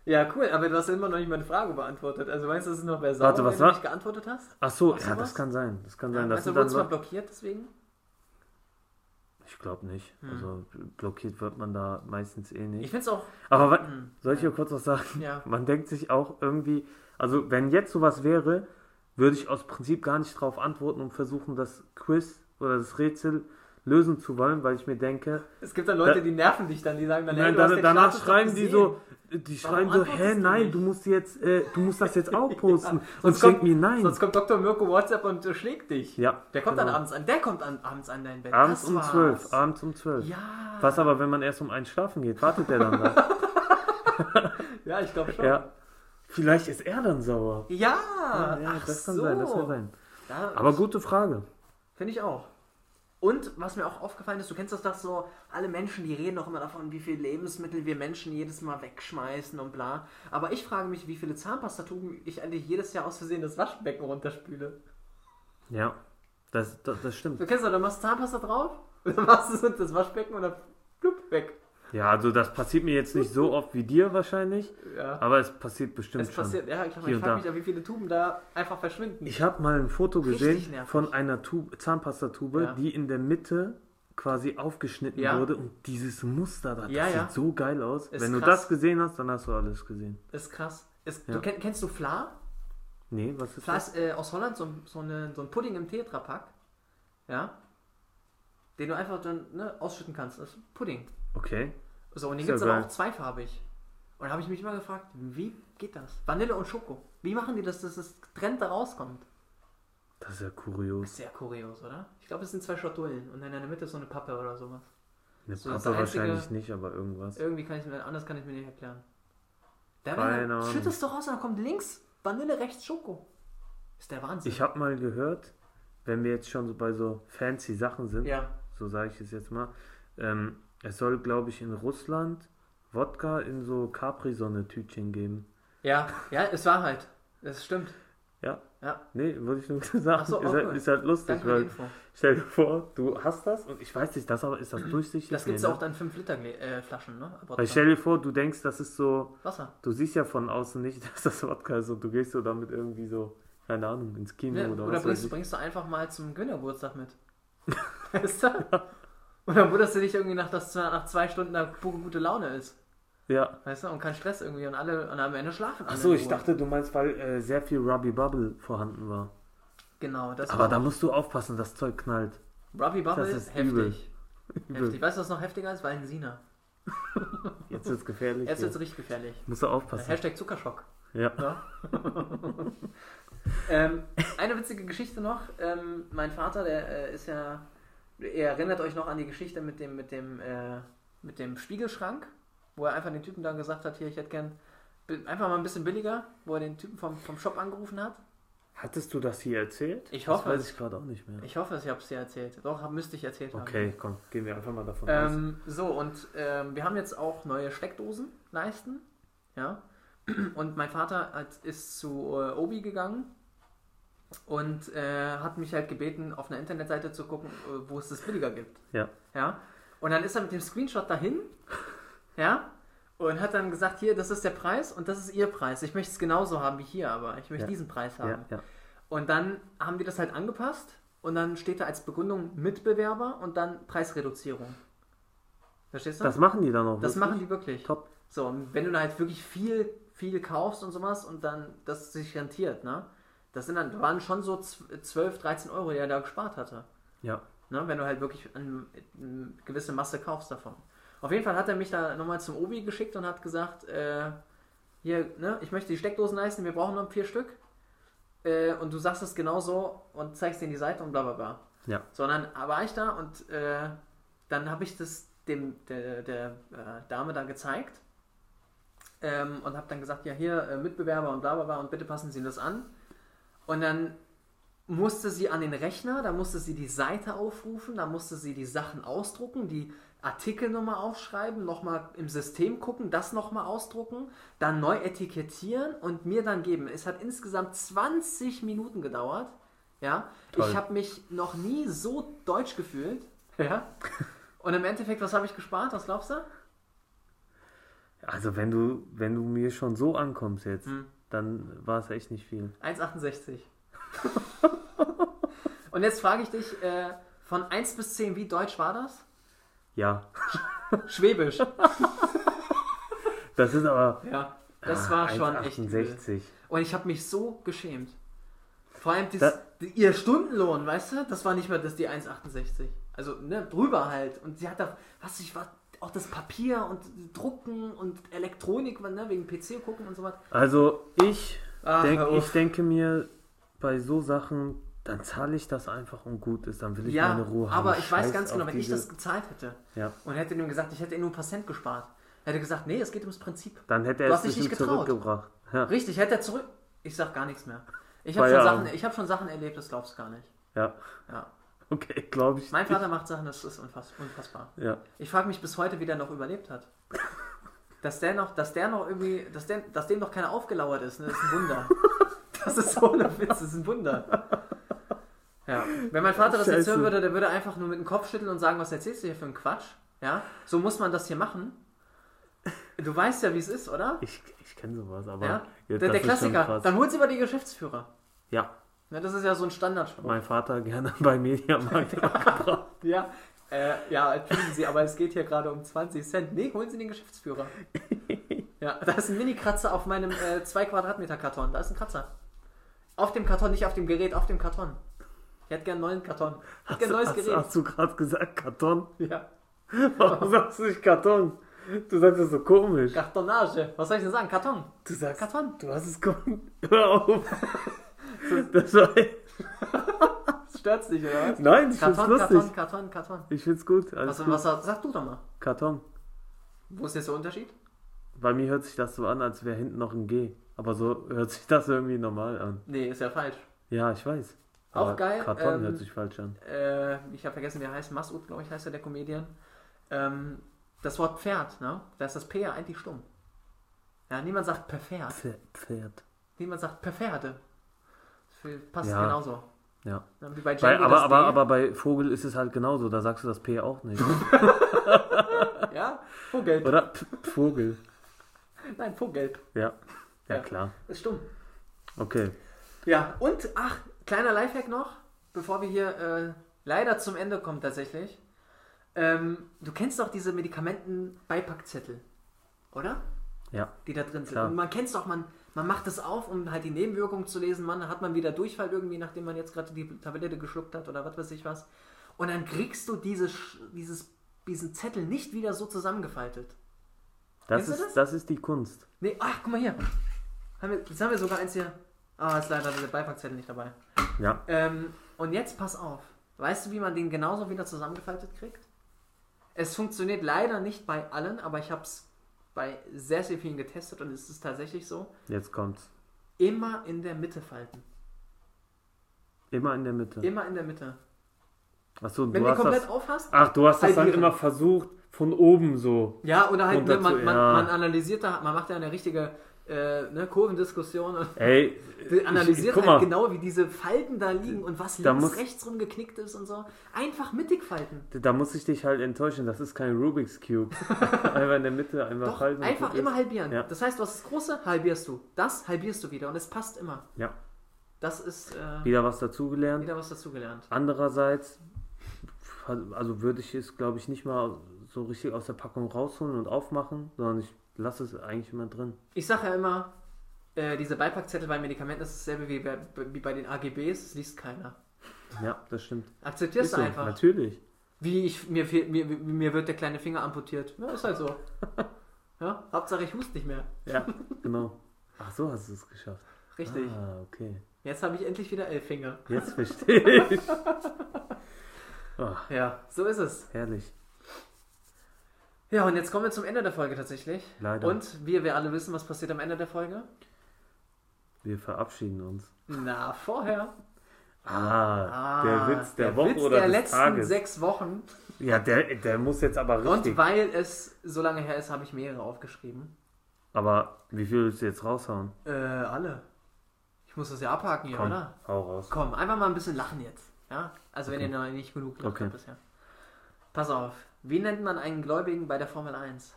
[SPEAKER 2] ja, cool, aber du hast immer noch nicht meine Frage beantwortet. Also meinst du, das ist noch wer sauer,
[SPEAKER 1] Warte, was
[SPEAKER 2] wenn du
[SPEAKER 1] war-
[SPEAKER 2] nicht geantwortet hast?
[SPEAKER 1] Ach so,
[SPEAKER 2] Machst du
[SPEAKER 1] ja,
[SPEAKER 2] was?
[SPEAKER 1] das kann sein. Das kann
[SPEAKER 2] Ja, also
[SPEAKER 1] sein, dass
[SPEAKER 2] meinst
[SPEAKER 1] du
[SPEAKER 2] du,
[SPEAKER 1] dann
[SPEAKER 2] wurdest du mal
[SPEAKER 1] so,
[SPEAKER 2] blockiert deswegen?
[SPEAKER 1] Ich glaube nicht. Also blockiert wird man da meistens eh
[SPEAKER 2] Hm. Ich
[SPEAKER 1] nicht.
[SPEAKER 2] find's auch...
[SPEAKER 1] Aber wa-
[SPEAKER 2] Hm.
[SPEAKER 1] soll ich dir kurz was sagen?
[SPEAKER 2] Ja.
[SPEAKER 1] Man denkt sich auch irgendwie, also wenn jetzt sowas wäre, würde ich aus Prinzip gar nicht drauf antworten und versuchen, das Quiz oder das Rätsel lösen zu wollen, weil ich mir denke,
[SPEAKER 2] Es gibt dann Leute,
[SPEAKER 1] Da-
[SPEAKER 2] die nerven dich dann, die sagen dann,
[SPEAKER 1] nein,
[SPEAKER 2] du hast
[SPEAKER 1] dann,
[SPEAKER 2] den
[SPEAKER 1] danach
[SPEAKER 2] Status doch
[SPEAKER 1] schreiben die
[SPEAKER 2] gesehen.
[SPEAKER 1] so, die schreiben so,
[SPEAKER 2] antwortest
[SPEAKER 1] hä,
[SPEAKER 2] du
[SPEAKER 1] nein,
[SPEAKER 2] nicht?
[SPEAKER 1] du musst jetzt, äh, du musst das jetzt auch posten. und ich
[SPEAKER 2] Sonst kommt,
[SPEAKER 1] denke mir, nein.
[SPEAKER 2] sonst kommt Dr. Mirko WhatsApp und äh, schlägt dich.
[SPEAKER 1] ja,
[SPEAKER 2] Der kommt dann
[SPEAKER 1] genau.
[SPEAKER 2] abends an. Der kommt an, abends an dein Bett.
[SPEAKER 1] Abends
[SPEAKER 2] Das
[SPEAKER 1] um
[SPEAKER 2] war's.
[SPEAKER 1] zwölf, abends um zwölf.
[SPEAKER 2] Ja.
[SPEAKER 1] Was aber, wenn man erst um eins schlafen geht, wartet der dann da?
[SPEAKER 2] Ja, ich glaube schon.
[SPEAKER 1] ja. Vielleicht ist er dann sauer.
[SPEAKER 2] Ja,
[SPEAKER 1] Ja, ja,
[SPEAKER 2] ach
[SPEAKER 1] das kann
[SPEAKER 2] so.
[SPEAKER 1] sein, das kann sein.
[SPEAKER 2] Da-
[SPEAKER 1] Aber gute Frage.
[SPEAKER 2] Finde ich auch. Und was mir auch aufgefallen ist, du kennst das doch so, alle Menschen, die reden doch immer davon, wie viel Lebensmittel wir Menschen jedes Mal wegschmeißen und bla. Aber ich frage mich, wie viele Zahnpastatuben ich eigentlich jedes Jahr aus Versehen das Waschbecken runterspüle.
[SPEAKER 1] Ja, das, das, das stimmt.
[SPEAKER 2] Du kennst doch, da machst du Zahnpasta drauf, dann machst du es unter das Waschbecken und dann plupp, weg.
[SPEAKER 1] Ja, also das passiert mir jetzt nicht so oft wie dir wahrscheinlich,
[SPEAKER 2] Ja.
[SPEAKER 1] aber es passiert bestimmt
[SPEAKER 2] Es
[SPEAKER 1] schon.
[SPEAKER 2] passiert, ja, ich, glaub,
[SPEAKER 1] Hier
[SPEAKER 2] ich
[SPEAKER 1] und
[SPEAKER 2] frage
[SPEAKER 1] da.
[SPEAKER 2] mich ja, wie viele Tuben da einfach verschwinden.
[SPEAKER 1] Ich habe mal ein Foto
[SPEAKER 2] Richtig
[SPEAKER 1] gesehen
[SPEAKER 2] nervig.
[SPEAKER 1] von einer tu Zahnpastatube,
[SPEAKER 2] Ja.
[SPEAKER 1] die in der Mitte quasi aufgeschnitten
[SPEAKER 2] Ja.
[SPEAKER 1] wurde und dieses Muster da, das
[SPEAKER 2] Ja,
[SPEAKER 1] sieht
[SPEAKER 2] ja.
[SPEAKER 1] so geil aus.
[SPEAKER 2] Ist
[SPEAKER 1] Wenn du
[SPEAKER 2] krass.
[SPEAKER 1] das gesehen hast, dann hast du alles gesehen.
[SPEAKER 2] Ist krass. Ist,
[SPEAKER 1] Ja.
[SPEAKER 2] du, kenn- kennst du Fla?
[SPEAKER 1] Nee, was ist
[SPEAKER 2] Klar
[SPEAKER 1] das?
[SPEAKER 2] ist äh, aus Holland so, so, eine, so ein Pudding im Tetrapack. Ja. Den du einfach dann ne, ausschütten kannst. Das ist Pudding.
[SPEAKER 1] Okay.
[SPEAKER 2] So, und den
[SPEAKER 1] Ist ja
[SPEAKER 2] gibt es aber
[SPEAKER 1] geil.
[SPEAKER 2] auch zweifarbig. Und da habe ich mich immer gefragt, wie geht das? Vanille und Schoko. Wie machen die das, dass das Trend da rauskommt?
[SPEAKER 1] Das ist ja kurios.
[SPEAKER 2] Sehr kurios, oder? Ich glaube, es sind zwei Schatullen und in der Mitte ist so eine Pappe oder sowas.
[SPEAKER 1] Eine
[SPEAKER 2] So, das
[SPEAKER 1] Pappe
[SPEAKER 2] einzige-
[SPEAKER 1] wahrscheinlich nicht, aber irgendwas.
[SPEAKER 2] Irgendwie kann ich mir, anders kann ich mir nicht erklären.
[SPEAKER 1] Keine
[SPEAKER 2] Dann
[SPEAKER 1] Ahnung.
[SPEAKER 2] schütt es doch raus und dann kommt links Vanille, rechts Schoko. Ist der Wahnsinn.
[SPEAKER 1] Ich habe mal gehört, wenn wir jetzt schon so bei so fancy Sachen sind,
[SPEAKER 2] ja.
[SPEAKER 1] so sage ich es jetzt mal. Ähm, es soll, glaube ich, in Russland Wodka in so Capri-Sonne-Tütchen geben.
[SPEAKER 2] Ja, ja, es war halt. Das stimmt.
[SPEAKER 1] Ja.
[SPEAKER 2] Ja.
[SPEAKER 1] Nee, würde ich nur sagen.
[SPEAKER 2] Ach so,
[SPEAKER 1] ist, halt,
[SPEAKER 2] okay.
[SPEAKER 1] ist halt lustig,
[SPEAKER 2] Danke für die
[SPEAKER 1] weil
[SPEAKER 2] Info.
[SPEAKER 1] stell dir vor, du hast das und ich weiß nicht, das aber ist das durchsichtig?
[SPEAKER 2] Das gibt es
[SPEAKER 1] Nee, ne?
[SPEAKER 2] auch dann 5 Liter Glä- äh, Flaschen, ne? Wodka.
[SPEAKER 1] Weil stell dir vor, du denkst, das ist so,
[SPEAKER 2] Wasser.
[SPEAKER 1] du siehst ja von außen nicht, dass das Wodka ist und du gehst so damit irgendwie so, keine Ahnung, ins Kino
[SPEAKER 2] Ne?
[SPEAKER 1] oder,
[SPEAKER 2] Oder,
[SPEAKER 1] was weiß
[SPEAKER 2] bringst,
[SPEAKER 1] ich.
[SPEAKER 2] bringst du einfach mal zum Gründergeburtstag mit. weißt du? Und dann wunderst du dich irgendwie nach, dass zwar nach zwei Stunden da pure gute Laune ist.
[SPEAKER 1] Ja.
[SPEAKER 2] Weißt du? Und kein Stress irgendwie und alle und am Ende schlafen alle.
[SPEAKER 1] Achso,
[SPEAKER 2] in
[SPEAKER 1] ich
[SPEAKER 2] Ruhe.
[SPEAKER 1] dachte, du meinst, weil äh, sehr viel Ruby Bubble vorhanden war.
[SPEAKER 2] Genau, das
[SPEAKER 1] Aber
[SPEAKER 2] war.
[SPEAKER 1] da musst du aufpassen, das Zeug knallt.
[SPEAKER 2] Robbie Bubble
[SPEAKER 1] Das
[SPEAKER 2] ist
[SPEAKER 1] ist
[SPEAKER 2] heftig.
[SPEAKER 1] übel.
[SPEAKER 2] Heftig. Weißt du, was noch heftiger ist? Valensina.
[SPEAKER 1] Jetzt wird's gefährlich.
[SPEAKER 2] Jetzt
[SPEAKER 1] hier.
[SPEAKER 2] wird es richtig gefährlich.
[SPEAKER 1] Musst du aufpassen.
[SPEAKER 2] Hashtag Zuckerschock.
[SPEAKER 1] Ja.
[SPEAKER 2] Ja. ähm, eine witzige Geschichte noch. Ähm, mein Vater, der äh, ist ja. Ihr erinnert euch noch an die Geschichte mit dem, mit dem, äh, mit dem Spiegelschrank, wo er einfach den Typen dann gesagt hat, hier, ich hätte gern bi- einfach mal ein bisschen billiger, wo er den Typen vom, vom Shop angerufen hat.
[SPEAKER 1] Hattest du das hier erzählt?
[SPEAKER 2] Ich hoffe
[SPEAKER 1] Das
[SPEAKER 2] es.
[SPEAKER 1] weiß ich gerade auch nicht mehr.
[SPEAKER 2] Ich hoffe, ich habe es dir erzählt. Doch, hab- müsste ich erzählt haben.
[SPEAKER 1] Okay, komm, gehen wir einfach mal davon aus.
[SPEAKER 2] Ähm, so, und ähm, wir haben jetzt auch neue Steckdosenleisten. Ja. Und mein Vater hat, ist zu äh, Obi gegangen und äh, hat mich halt gebeten, auf einer Internetseite zu gucken, äh, wo es das billiger gibt.
[SPEAKER 1] Ja.
[SPEAKER 2] Ja. Und dann ist er mit dem Screenshot dahin. Ja. Und hat dann gesagt, hier, das ist der Preis und das ist ihr Preis. Ich möchte es genauso haben wie hier, aber ich möchte
[SPEAKER 1] Ja.
[SPEAKER 2] diesen Preis haben.
[SPEAKER 1] Ja, ja.
[SPEAKER 2] Und dann haben die das halt angepasst und dann steht da als Begründung Mitbewerber und dann Preisreduzierung. Verstehst du?
[SPEAKER 1] Das machen die dann auch.
[SPEAKER 2] Das
[SPEAKER 1] wirklich?
[SPEAKER 2] machen die wirklich.
[SPEAKER 1] ne? Top.
[SPEAKER 2] So, und wenn du da halt wirklich viel, viel kaufst und sowas und dann das sich rentiert, ne? Das sind dann, waren schon so zw- 12, 13 Euro, die er da gespart hatte.
[SPEAKER 1] Ja.
[SPEAKER 2] Ne? Wenn du halt wirklich an- eine gewisse Masse kaufst davon. Auf jeden Fall hat er mich da nochmal zum Obi geschickt und hat gesagt, äh, hier, ne, ich möchte die Steckdosen leisten, wir brauchen noch vier Stück. Äh, und du sagst es genauso und zeigst denen die Seite und bla bla bla.
[SPEAKER 1] Ja.
[SPEAKER 2] Sondern war ich da und äh, dann habe ich das dem der, der äh, Dame da gezeigt ähm, und habe dann gesagt, ja hier äh, Mitbewerber und bla bla bla und bitte passen Sie das an. Und dann musste sie an den Rechner, da musste sie die Seite aufrufen, da musste sie die Sachen ausdrucken, die Artikelnummer aufschreiben, nochmal im System gucken, das nochmal ausdrucken, dann neu etikettieren und mir dann geben. Es hat insgesamt 20 Minuten gedauert. Ja,
[SPEAKER 1] Toll.
[SPEAKER 2] ich habe mich noch nie so deutsch gefühlt. Ja. Und im Endeffekt, was habe ich gespart? Was glaubst du?
[SPEAKER 1] Also wenn du, wenn du mir schon so ankommst jetzt,
[SPEAKER 2] Hm.
[SPEAKER 1] dann war es echt nicht viel.
[SPEAKER 2] 1,68. Und jetzt frage ich dich, äh, von 1 bis 10, wie deutsch war das?
[SPEAKER 1] Ja.
[SPEAKER 2] Schwäbisch.
[SPEAKER 1] Das ist aber.
[SPEAKER 2] Ja, das
[SPEAKER 1] Ah,
[SPEAKER 2] war schon echt übel.
[SPEAKER 1] 1,68.
[SPEAKER 2] Und ich habe mich so geschämt. Vor allem dies,
[SPEAKER 1] Da-
[SPEAKER 2] die, ihr Stundenlohn, weißt du? Das war nicht mal das die 1,68. Also, ne, drüber halt. Und sie hat da, was ich war, auch das Papier und Drucken und Elektronik, ne, wegen PC gucken und so was.
[SPEAKER 1] Also ich,
[SPEAKER 2] Ach,
[SPEAKER 1] denk,
[SPEAKER 2] Ah, hör auf.
[SPEAKER 1] ich denke mir, bei so Sachen, dann zahle ich das einfach und gut ist, dann will ich
[SPEAKER 2] Ja,
[SPEAKER 1] meine Ruhe haben.
[SPEAKER 2] aber ich weiß
[SPEAKER 1] Scheiß
[SPEAKER 2] ganz genau,
[SPEAKER 1] auf
[SPEAKER 2] wenn ich
[SPEAKER 1] diese-
[SPEAKER 2] das gezahlt hätte
[SPEAKER 1] Ja.
[SPEAKER 2] und hätte ihm gesagt, ich hätte ihm nur ein paar Cent gespart, hätte gesagt, nee, es geht ums Prinzip.
[SPEAKER 1] Dann hätte
[SPEAKER 2] Du
[SPEAKER 1] er es
[SPEAKER 2] hast dich
[SPEAKER 1] bestimmt
[SPEAKER 2] nicht getraut.
[SPEAKER 1] zurückgebracht. Ja.
[SPEAKER 2] Richtig, hätte er zurück. Ich sag gar nichts mehr. Ich habe schon,
[SPEAKER 1] Feierabend.
[SPEAKER 2] Sachen- ich hab schon Sachen erlebt, das glaubst du gar nicht.
[SPEAKER 1] ja.
[SPEAKER 2] Ja.
[SPEAKER 1] Okay, glaube ich.
[SPEAKER 2] Mein Vater macht Sachen, das ist unfass unfassbar.
[SPEAKER 1] Ja.
[SPEAKER 2] Ich frage mich bis heute, wie der noch überlebt hat. Dass der noch, dass der noch irgendwie, dass, der, dass dem noch keiner aufgelauert ist, ne? das ist ein Wunder. Das ist so eine Witz, das ist ein Wunder. Ja. Wenn mein Vater das jetzt
[SPEAKER 1] Scheiße.
[SPEAKER 2] hören würde, der würde einfach nur mit dem Kopf schütteln und sagen, was erzählst du hier für einen Quatsch? Ja, so muss man das hier machen. Du weißt ja, wie es ist, oder?
[SPEAKER 1] Ich, ich kenne sowas, aber.
[SPEAKER 2] Ja.
[SPEAKER 1] ja, das
[SPEAKER 2] der der
[SPEAKER 1] ist schon
[SPEAKER 2] Klassiker.
[SPEAKER 1] krass.
[SPEAKER 2] Dann holst du über die Geschäftsführer.
[SPEAKER 1] Ja,
[SPEAKER 2] Ja, das ist ja so ein Standardspruch.
[SPEAKER 1] mein Vater gerne bei Mediamarkt.
[SPEAKER 2] Ja, äh, ja, entschuldigen Sie, aber es geht hier gerade um 20 Cent. Nee, holen Sie den Geschäftsführer. Ja, da ist ein Mini-Kratzer auf meinem äh, 2 Quadratmeter Karton. Da ist ein Kratzer. Auf dem Karton, nicht auf dem Gerät, auf dem Karton. Ich hätte gern einen neuen Karton. Ich hätte gern ein neues
[SPEAKER 1] hast,
[SPEAKER 2] Gerät.
[SPEAKER 1] hast du gerade gesagt Karton?
[SPEAKER 2] Ja.
[SPEAKER 1] Warum sagst du nicht Karton? Du sagst das so komisch.
[SPEAKER 2] Kartonage. Was soll ich denn sagen? Karton.
[SPEAKER 1] Du sagst
[SPEAKER 2] Karton.
[SPEAKER 1] Du hast es kommen. Hör auf. Das war,
[SPEAKER 2] Das stört dich, oder was?
[SPEAKER 1] nein, ich find's
[SPEAKER 2] Karton,
[SPEAKER 1] lustig.
[SPEAKER 2] Karton, Karton, Karton.
[SPEAKER 1] Ich find's gut. Alles
[SPEAKER 2] Also,
[SPEAKER 1] gut.
[SPEAKER 2] was sag du doch mal?
[SPEAKER 1] Karton.
[SPEAKER 2] Wo ist jetzt der Unterschied?
[SPEAKER 1] Bei mir hört sich das so an, als wäre hinten noch ein G. Aber so hört sich das irgendwie normal an.
[SPEAKER 2] Nee, ist ja falsch.
[SPEAKER 1] Ja, ich weiß.
[SPEAKER 2] Auch geil,
[SPEAKER 1] Karton
[SPEAKER 2] ähm,
[SPEAKER 1] hört sich falsch an.
[SPEAKER 2] äh, ich habe vergessen, wie er heißt, Masud, glaube ich, heißt er, der Comedian. Ähm, das Wort Pferd, ne? Da ist das P ja eigentlich stumm. Ja, niemand sagt per Pferd.
[SPEAKER 1] Pferd. Pferd.
[SPEAKER 2] Niemand sagt per Pferde. Das passt
[SPEAKER 1] Ja.
[SPEAKER 2] genauso.
[SPEAKER 1] Ja.
[SPEAKER 2] Ne, Wie bei Django
[SPEAKER 1] Bei, aber,
[SPEAKER 2] das
[SPEAKER 1] aber,
[SPEAKER 2] D.
[SPEAKER 1] aber bei Vogel ist es halt genauso. Da sagst du das P auch nicht.
[SPEAKER 2] Ja, Vogel.
[SPEAKER 1] Oder? P Vogel.
[SPEAKER 2] Nein, Vogel.
[SPEAKER 1] Ja. ja.
[SPEAKER 2] Ja.
[SPEAKER 1] klar.
[SPEAKER 2] Ist stumm.
[SPEAKER 1] Okay.
[SPEAKER 2] Ja, und, ach, kleiner Lifehack noch, bevor wir hier äh, leider zum Ende kommen tatsächlich. Ähm, du kennst doch diese Medikamenten-Beipackzettel, oder?
[SPEAKER 1] Ja.
[SPEAKER 2] die da drin sind.
[SPEAKER 1] Klar.
[SPEAKER 2] Und man kennt es doch, man, man macht es auf, um halt die Nebenwirkungen zu lesen. Man hat man wieder Durchfall irgendwie, nachdem man jetzt gerade die Tablette geschluckt hat oder was weiß ich was. Und dann kriegst du diese, Sch- dieses, diesen Zettel nicht wieder so zusammengefaltet.
[SPEAKER 1] Das
[SPEAKER 2] Kennst du
[SPEAKER 1] ist,
[SPEAKER 2] das?
[SPEAKER 1] das? ist die Kunst.
[SPEAKER 2] Nee, ach, guck mal hier. Haben wir, jetzt haben wir sogar eins hier. Ah, ist leider der Beipackzettel nicht dabei.
[SPEAKER 1] Ja.
[SPEAKER 2] Ähm, und jetzt pass auf. Weißt du, wie man den genauso wieder zusammengefaltet kriegt? Es funktioniert leider nicht bei allen, aber ich habe es bei sehr, sehr vielen getestet und es ist tatsächlich so.
[SPEAKER 1] Jetzt kommt's.
[SPEAKER 2] immer in der Mitte falten.
[SPEAKER 1] Immer in der Mitte.
[SPEAKER 2] Immer in der Mitte.
[SPEAKER 1] Achso,
[SPEAKER 2] Wenn
[SPEAKER 1] du
[SPEAKER 2] du
[SPEAKER 1] hast
[SPEAKER 2] komplett
[SPEAKER 1] das.
[SPEAKER 2] aufhast?
[SPEAKER 1] Ach, du hast das dann
[SPEAKER 2] halbieren.
[SPEAKER 1] immer versucht, von oben so.
[SPEAKER 2] Ja, oder halt,
[SPEAKER 1] Und
[SPEAKER 2] ne,
[SPEAKER 1] dazu,
[SPEAKER 2] man, man,
[SPEAKER 1] ja.
[SPEAKER 2] man analysiert da, man macht ja eine richtige äh, ne, Kurvendiskussion und
[SPEAKER 1] Ey,
[SPEAKER 2] analysiert
[SPEAKER 1] ich, guck
[SPEAKER 2] halt
[SPEAKER 1] mal,
[SPEAKER 2] genau, wie diese Falten da liegen und was
[SPEAKER 1] Da
[SPEAKER 2] links,
[SPEAKER 1] muss-
[SPEAKER 2] rechts rum geknickt ist und so. Einfach mittig falten.
[SPEAKER 1] da muss ich dich halt enttäuschen. Das ist kein Rubik's Cube. einfach in der Mitte, einfach
[SPEAKER 2] Doch,
[SPEAKER 1] halten. und
[SPEAKER 2] einfach
[SPEAKER 1] gut
[SPEAKER 2] immer
[SPEAKER 1] ist.
[SPEAKER 2] halbieren.
[SPEAKER 1] Ja.
[SPEAKER 2] Das heißt, du hast das Große, halbierst du. Das halbierst du wieder und es passt immer.
[SPEAKER 1] Ja,
[SPEAKER 2] Das ist äh,
[SPEAKER 1] wieder was dazugelernt.
[SPEAKER 2] wieder was dazugelernt.
[SPEAKER 1] Andererseits, also würde ich es, glaube ich, nicht mal so richtig aus der Packung rausholen und aufmachen, sondern ich lasse es eigentlich immer drin.
[SPEAKER 2] Ich sage ja immer, äh, diese Beipackzettel bei Medikamenten das ist dasselbe wie bei, wie bei den AGBs, das liest keiner.
[SPEAKER 1] Ja, das stimmt.
[SPEAKER 2] Akzeptierst du
[SPEAKER 1] so,
[SPEAKER 2] einfach.
[SPEAKER 1] Natürlich.
[SPEAKER 2] Wie ich, mir, fehlt, mir, mir wird der kleine Finger amputiert. Ja, ist halt so. Ja, Hauptsache ich hust nicht mehr.
[SPEAKER 1] Ja, genau. Ach so, hast du es geschafft.
[SPEAKER 2] Richtig.
[SPEAKER 1] Ah, okay.
[SPEAKER 2] Jetzt habe ich endlich wieder elf Finger.
[SPEAKER 1] Jetzt verstehe ich. Ah,
[SPEAKER 2] Ja, so ist es.
[SPEAKER 1] herrlich.
[SPEAKER 2] Ja, und jetzt kommen wir zum Ende der Folge tatsächlich.
[SPEAKER 1] Leider.
[SPEAKER 2] Und wie wir alle wissen, was passiert am Ende der Folge?
[SPEAKER 1] Wir verabschieden uns.
[SPEAKER 2] Na, vorher.
[SPEAKER 1] Ah,
[SPEAKER 2] Ah,
[SPEAKER 1] der Witz der, Woche oder
[SPEAKER 2] der
[SPEAKER 1] des
[SPEAKER 2] letzten
[SPEAKER 1] Tages.
[SPEAKER 2] sechs Wochen.
[SPEAKER 1] Ja, der, der muss jetzt aber richtig.
[SPEAKER 2] Und weil es so lange her ist, habe ich mehrere aufgeschrieben.
[SPEAKER 1] Aber wie viel willst du jetzt raushauen?
[SPEAKER 2] Äh, alle. Ich muss das ja abhaken hier,
[SPEAKER 1] Komm,
[SPEAKER 2] oder?
[SPEAKER 1] hau raus.
[SPEAKER 2] Komm, einfach mal ein bisschen lachen jetzt. Ja? Also wenn
[SPEAKER 1] Okay.
[SPEAKER 2] ihr noch nicht genug lacht
[SPEAKER 1] Okay.
[SPEAKER 2] habt bisher. Pass auf. Wie nennt man einen Gläubigen bei der Formel 1?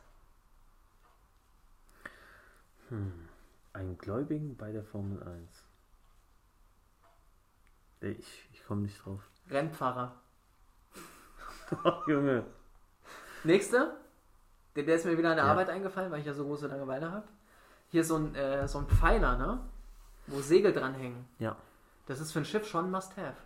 [SPEAKER 1] Ein Gläubigen bei der Formel 1. Ey, Ich, ich komme nicht drauf.
[SPEAKER 2] Rennfahrer.
[SPEAKER 1] Oh, Junge.
[SPEAKER 2] Nächste. Der, der ist mir wieder an der
[SPEAKER 1] Ja.
[SPEAKER 2] Arbeit eingefallen, weil ich ja so große Langeweile habe. Hier ist so ein, äh, so ein Pfeiler, ne? Wo Segel dranhängen.
[SPEAKER 1] Ja.
[SPEAKER 2] Das ist für ein Schiff schon ein Must-Have.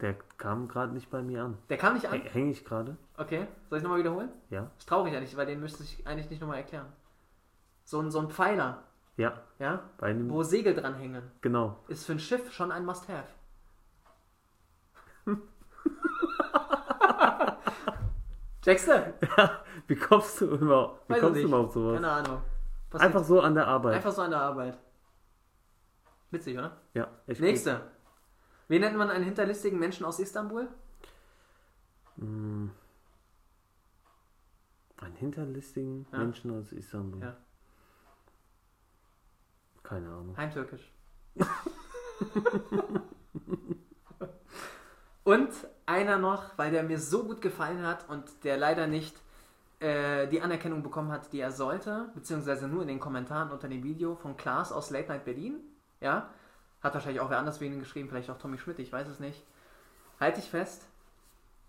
[SPEAKER 1] Der kam gerade nicht bei mir an.
[SPEAKER 2] Der kam nicht an.
[SPEAKER 1] Hänge ich gerade?
[SPEAKER 2] Okay, soll ich nochmal wiederholen?
[SPEAKER 1] Ja.
[SPEAKER 2] Ist traurig eigentlich, weil den müsste ich eigentlich nicht nochmal erklären. So ein, so ein Pfeiler,
[SPEAKER 1] Ja,
[SPEAKER 2] ja?
[SPEAKER 1] bei einem.
[SPEAKER 2] Wo Segel dranhängen.
[SPEAKER 1] Genau.
[SPEAKER 2] Ist für ein Schiff schon ein Must-Have. Jackson,
[SPEAKER 1] Wie kommst du überhaupt? Wie
[SPEAKER 2] weiß ich
[SPEAKER 1] kommst du
[SPEAKER 2] nicht.
[SPEAKER 1] überhaupt sowas?
[SPEAKER 2] Keine Ahnung. Passiert.
[SPEAKER 1] Einfach so an der Arbeit.
[SPEAKER 2] Einfach so an der Arbeit. Witzig, oder?
[SPEAKER 1] ja, echt gut.
[SPEAKER 2] Nächste. Wie nennt man einen hinterlistigen Menschen aus Istanbul?
[SPEAKER 1] Mm. Ein hinterlistigen
[SPEAKER 2] Ja.
[SPEAKER 1] Menschen aus Istanbul.
[SPEAKER 2] Ja.
[SPEAKER 1] Keine Ahnung.
[SPEAKER 2] Heimtürkisch. und einer noch, weil der mir so gut gefallen hat und der leider nicht äh, die Anerkennung bekommen hat, die er sollte, beziehungsweise nur in den Kommentaren unter dem Video von Klaas aus Late Night Berlin. Ja, hat wahrscheinlich auch wer anders wegen geschrieben, vielleicht auch Tommy Schmidt, ich weiß es nicht. Halte ich fest.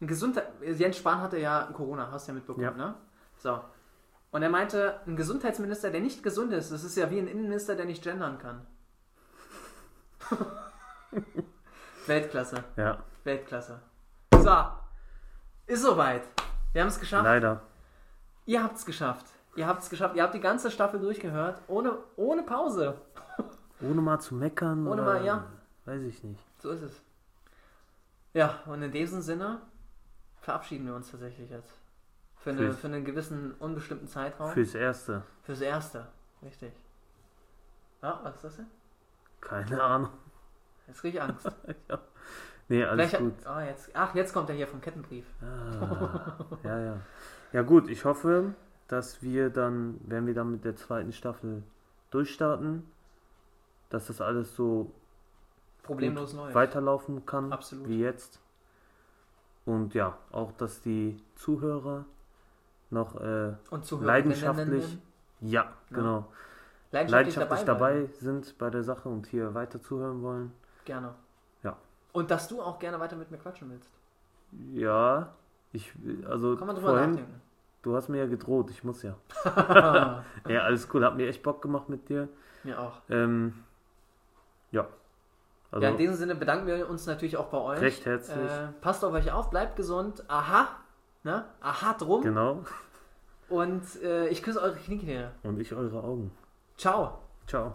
[SPEAKER 2] Ein gesunder Jens Spahn hatte ja Corona, hast du ja mitbekommen,
[SPEAKER 1] Ja.
[SPEAKER 2] ne? So. Und er meinte, ein Gesundheitsminister, der nicht gesund ist, das ist ja wie ein Innenminister, der nicht gendern kann. Weltklasse,
[SPEAKER 1] Ja,
[SPEAKER 2] Weltklasse. So, ist soweit. Wir haben es geschafft.
[SPEAKER 1] leider.
[SPEAKER 2] Ihr habt es geschafft. Ihr habt es geschafft. Ihr habt die ganze Staffel durchgehört, ohne, ohne Pause.
[SPEAKER 1] Ohne mal zu meckern.
[SPEAKER 2] Ohne
[SPEAKER 1] oder-
[SPEAKER 2] mal, ja.
[SPEAKER 1] Weiß ich nicht.
[SPEAKER 2] So ist es. Ja, und in diesem Sinne verabschieden wir uns tatsächlich jetzt. Für, eine,
[SPEAKER 1] Fürs-
[SPEAKER 2] für einen gewissen unbestimmten Zeitraum.
[SPEAKER 1] Fürs Erste.
[SPEAKER 2] Fürs Erste. Richtig. Ja, was ist das denn?
[SPEAKER 1] Keine Ahnung.
[SPEAKER 2] Jetzt kriege ich Angst.
[SPEAKER 1] Nee, alles
[SPEAKER 2] Vielleicht-
[SPEAKER 1] gut.
[SPEAKER 2] Ah, jetzt, ach, jetzt kommt er hier vom Kettenbrief.
[SPEAKER 1] Ah, ja, ja. Ja gut, ich hoffe, dass wir dann, wenn wir dann mit der zweiten Staffel durchstarten, dass das alles so
[SPEAKER 2] Problemlos neu.
[SPEAKER 1] weiterlaufen kann,
[SPEAKER 2] Absolut.
[SPEAKER 1] wie jetzt. Und ja, auch, dass die Zuhörer noch, äh,
[SPEAKER 2] Und Zuhörer.
[SPEAKER 1] Leidenschaftlich.
[SPEAKER 2] Ne?
[SPEAKER 1] ja, genau,
[SPEAKER 2] leidenschaftlich,
[SPEAKER 1] leidenschaftlich
[SPEAKER 2] dabei.
[SPEAKER 1] dabei, sind bei der Sache und hier weiter zuhören wollen.
[SPEAKER 2] bleiben. Gerne.
[SPEAKER 1] Ja.
[SPEAKER 2] Und dass du auch gerne weiter mit mir quatschen willst.
[SPEAKER 1] Ja, ich, also
[SPEAKER 2] Kann man drüber
[SPEAKER 1] vorhin, du hast mir ja gedroht, ich muss ja.
[SPEAKER 2] nachdenken.
[SPEAKER 1] Ja, alles cool, hat mir echt Bock gemacht mit dir.
[SPEAKER 2] mir auch.
[SPEAKER 1] Ähm, ja. Also,
[SPEAKER 2] ja, in diesem Sinne bedanken wir uns natürlich auch bei euch.
[SPEAKER 1] recht herzlich.
[SPEAKER 2] Äh, passt auf euch auf, bleibt gesund. Aha. Ne? Aha drum.
[SPEAKER 1] Genau.
[SPEAKER 2] Und äh, ich küsse eure Kniekehne.
[SPEAKER 1] Und ich eure Augen.
[SPEAKER 2] Ciao.
[SPEAKER 1] Ciao.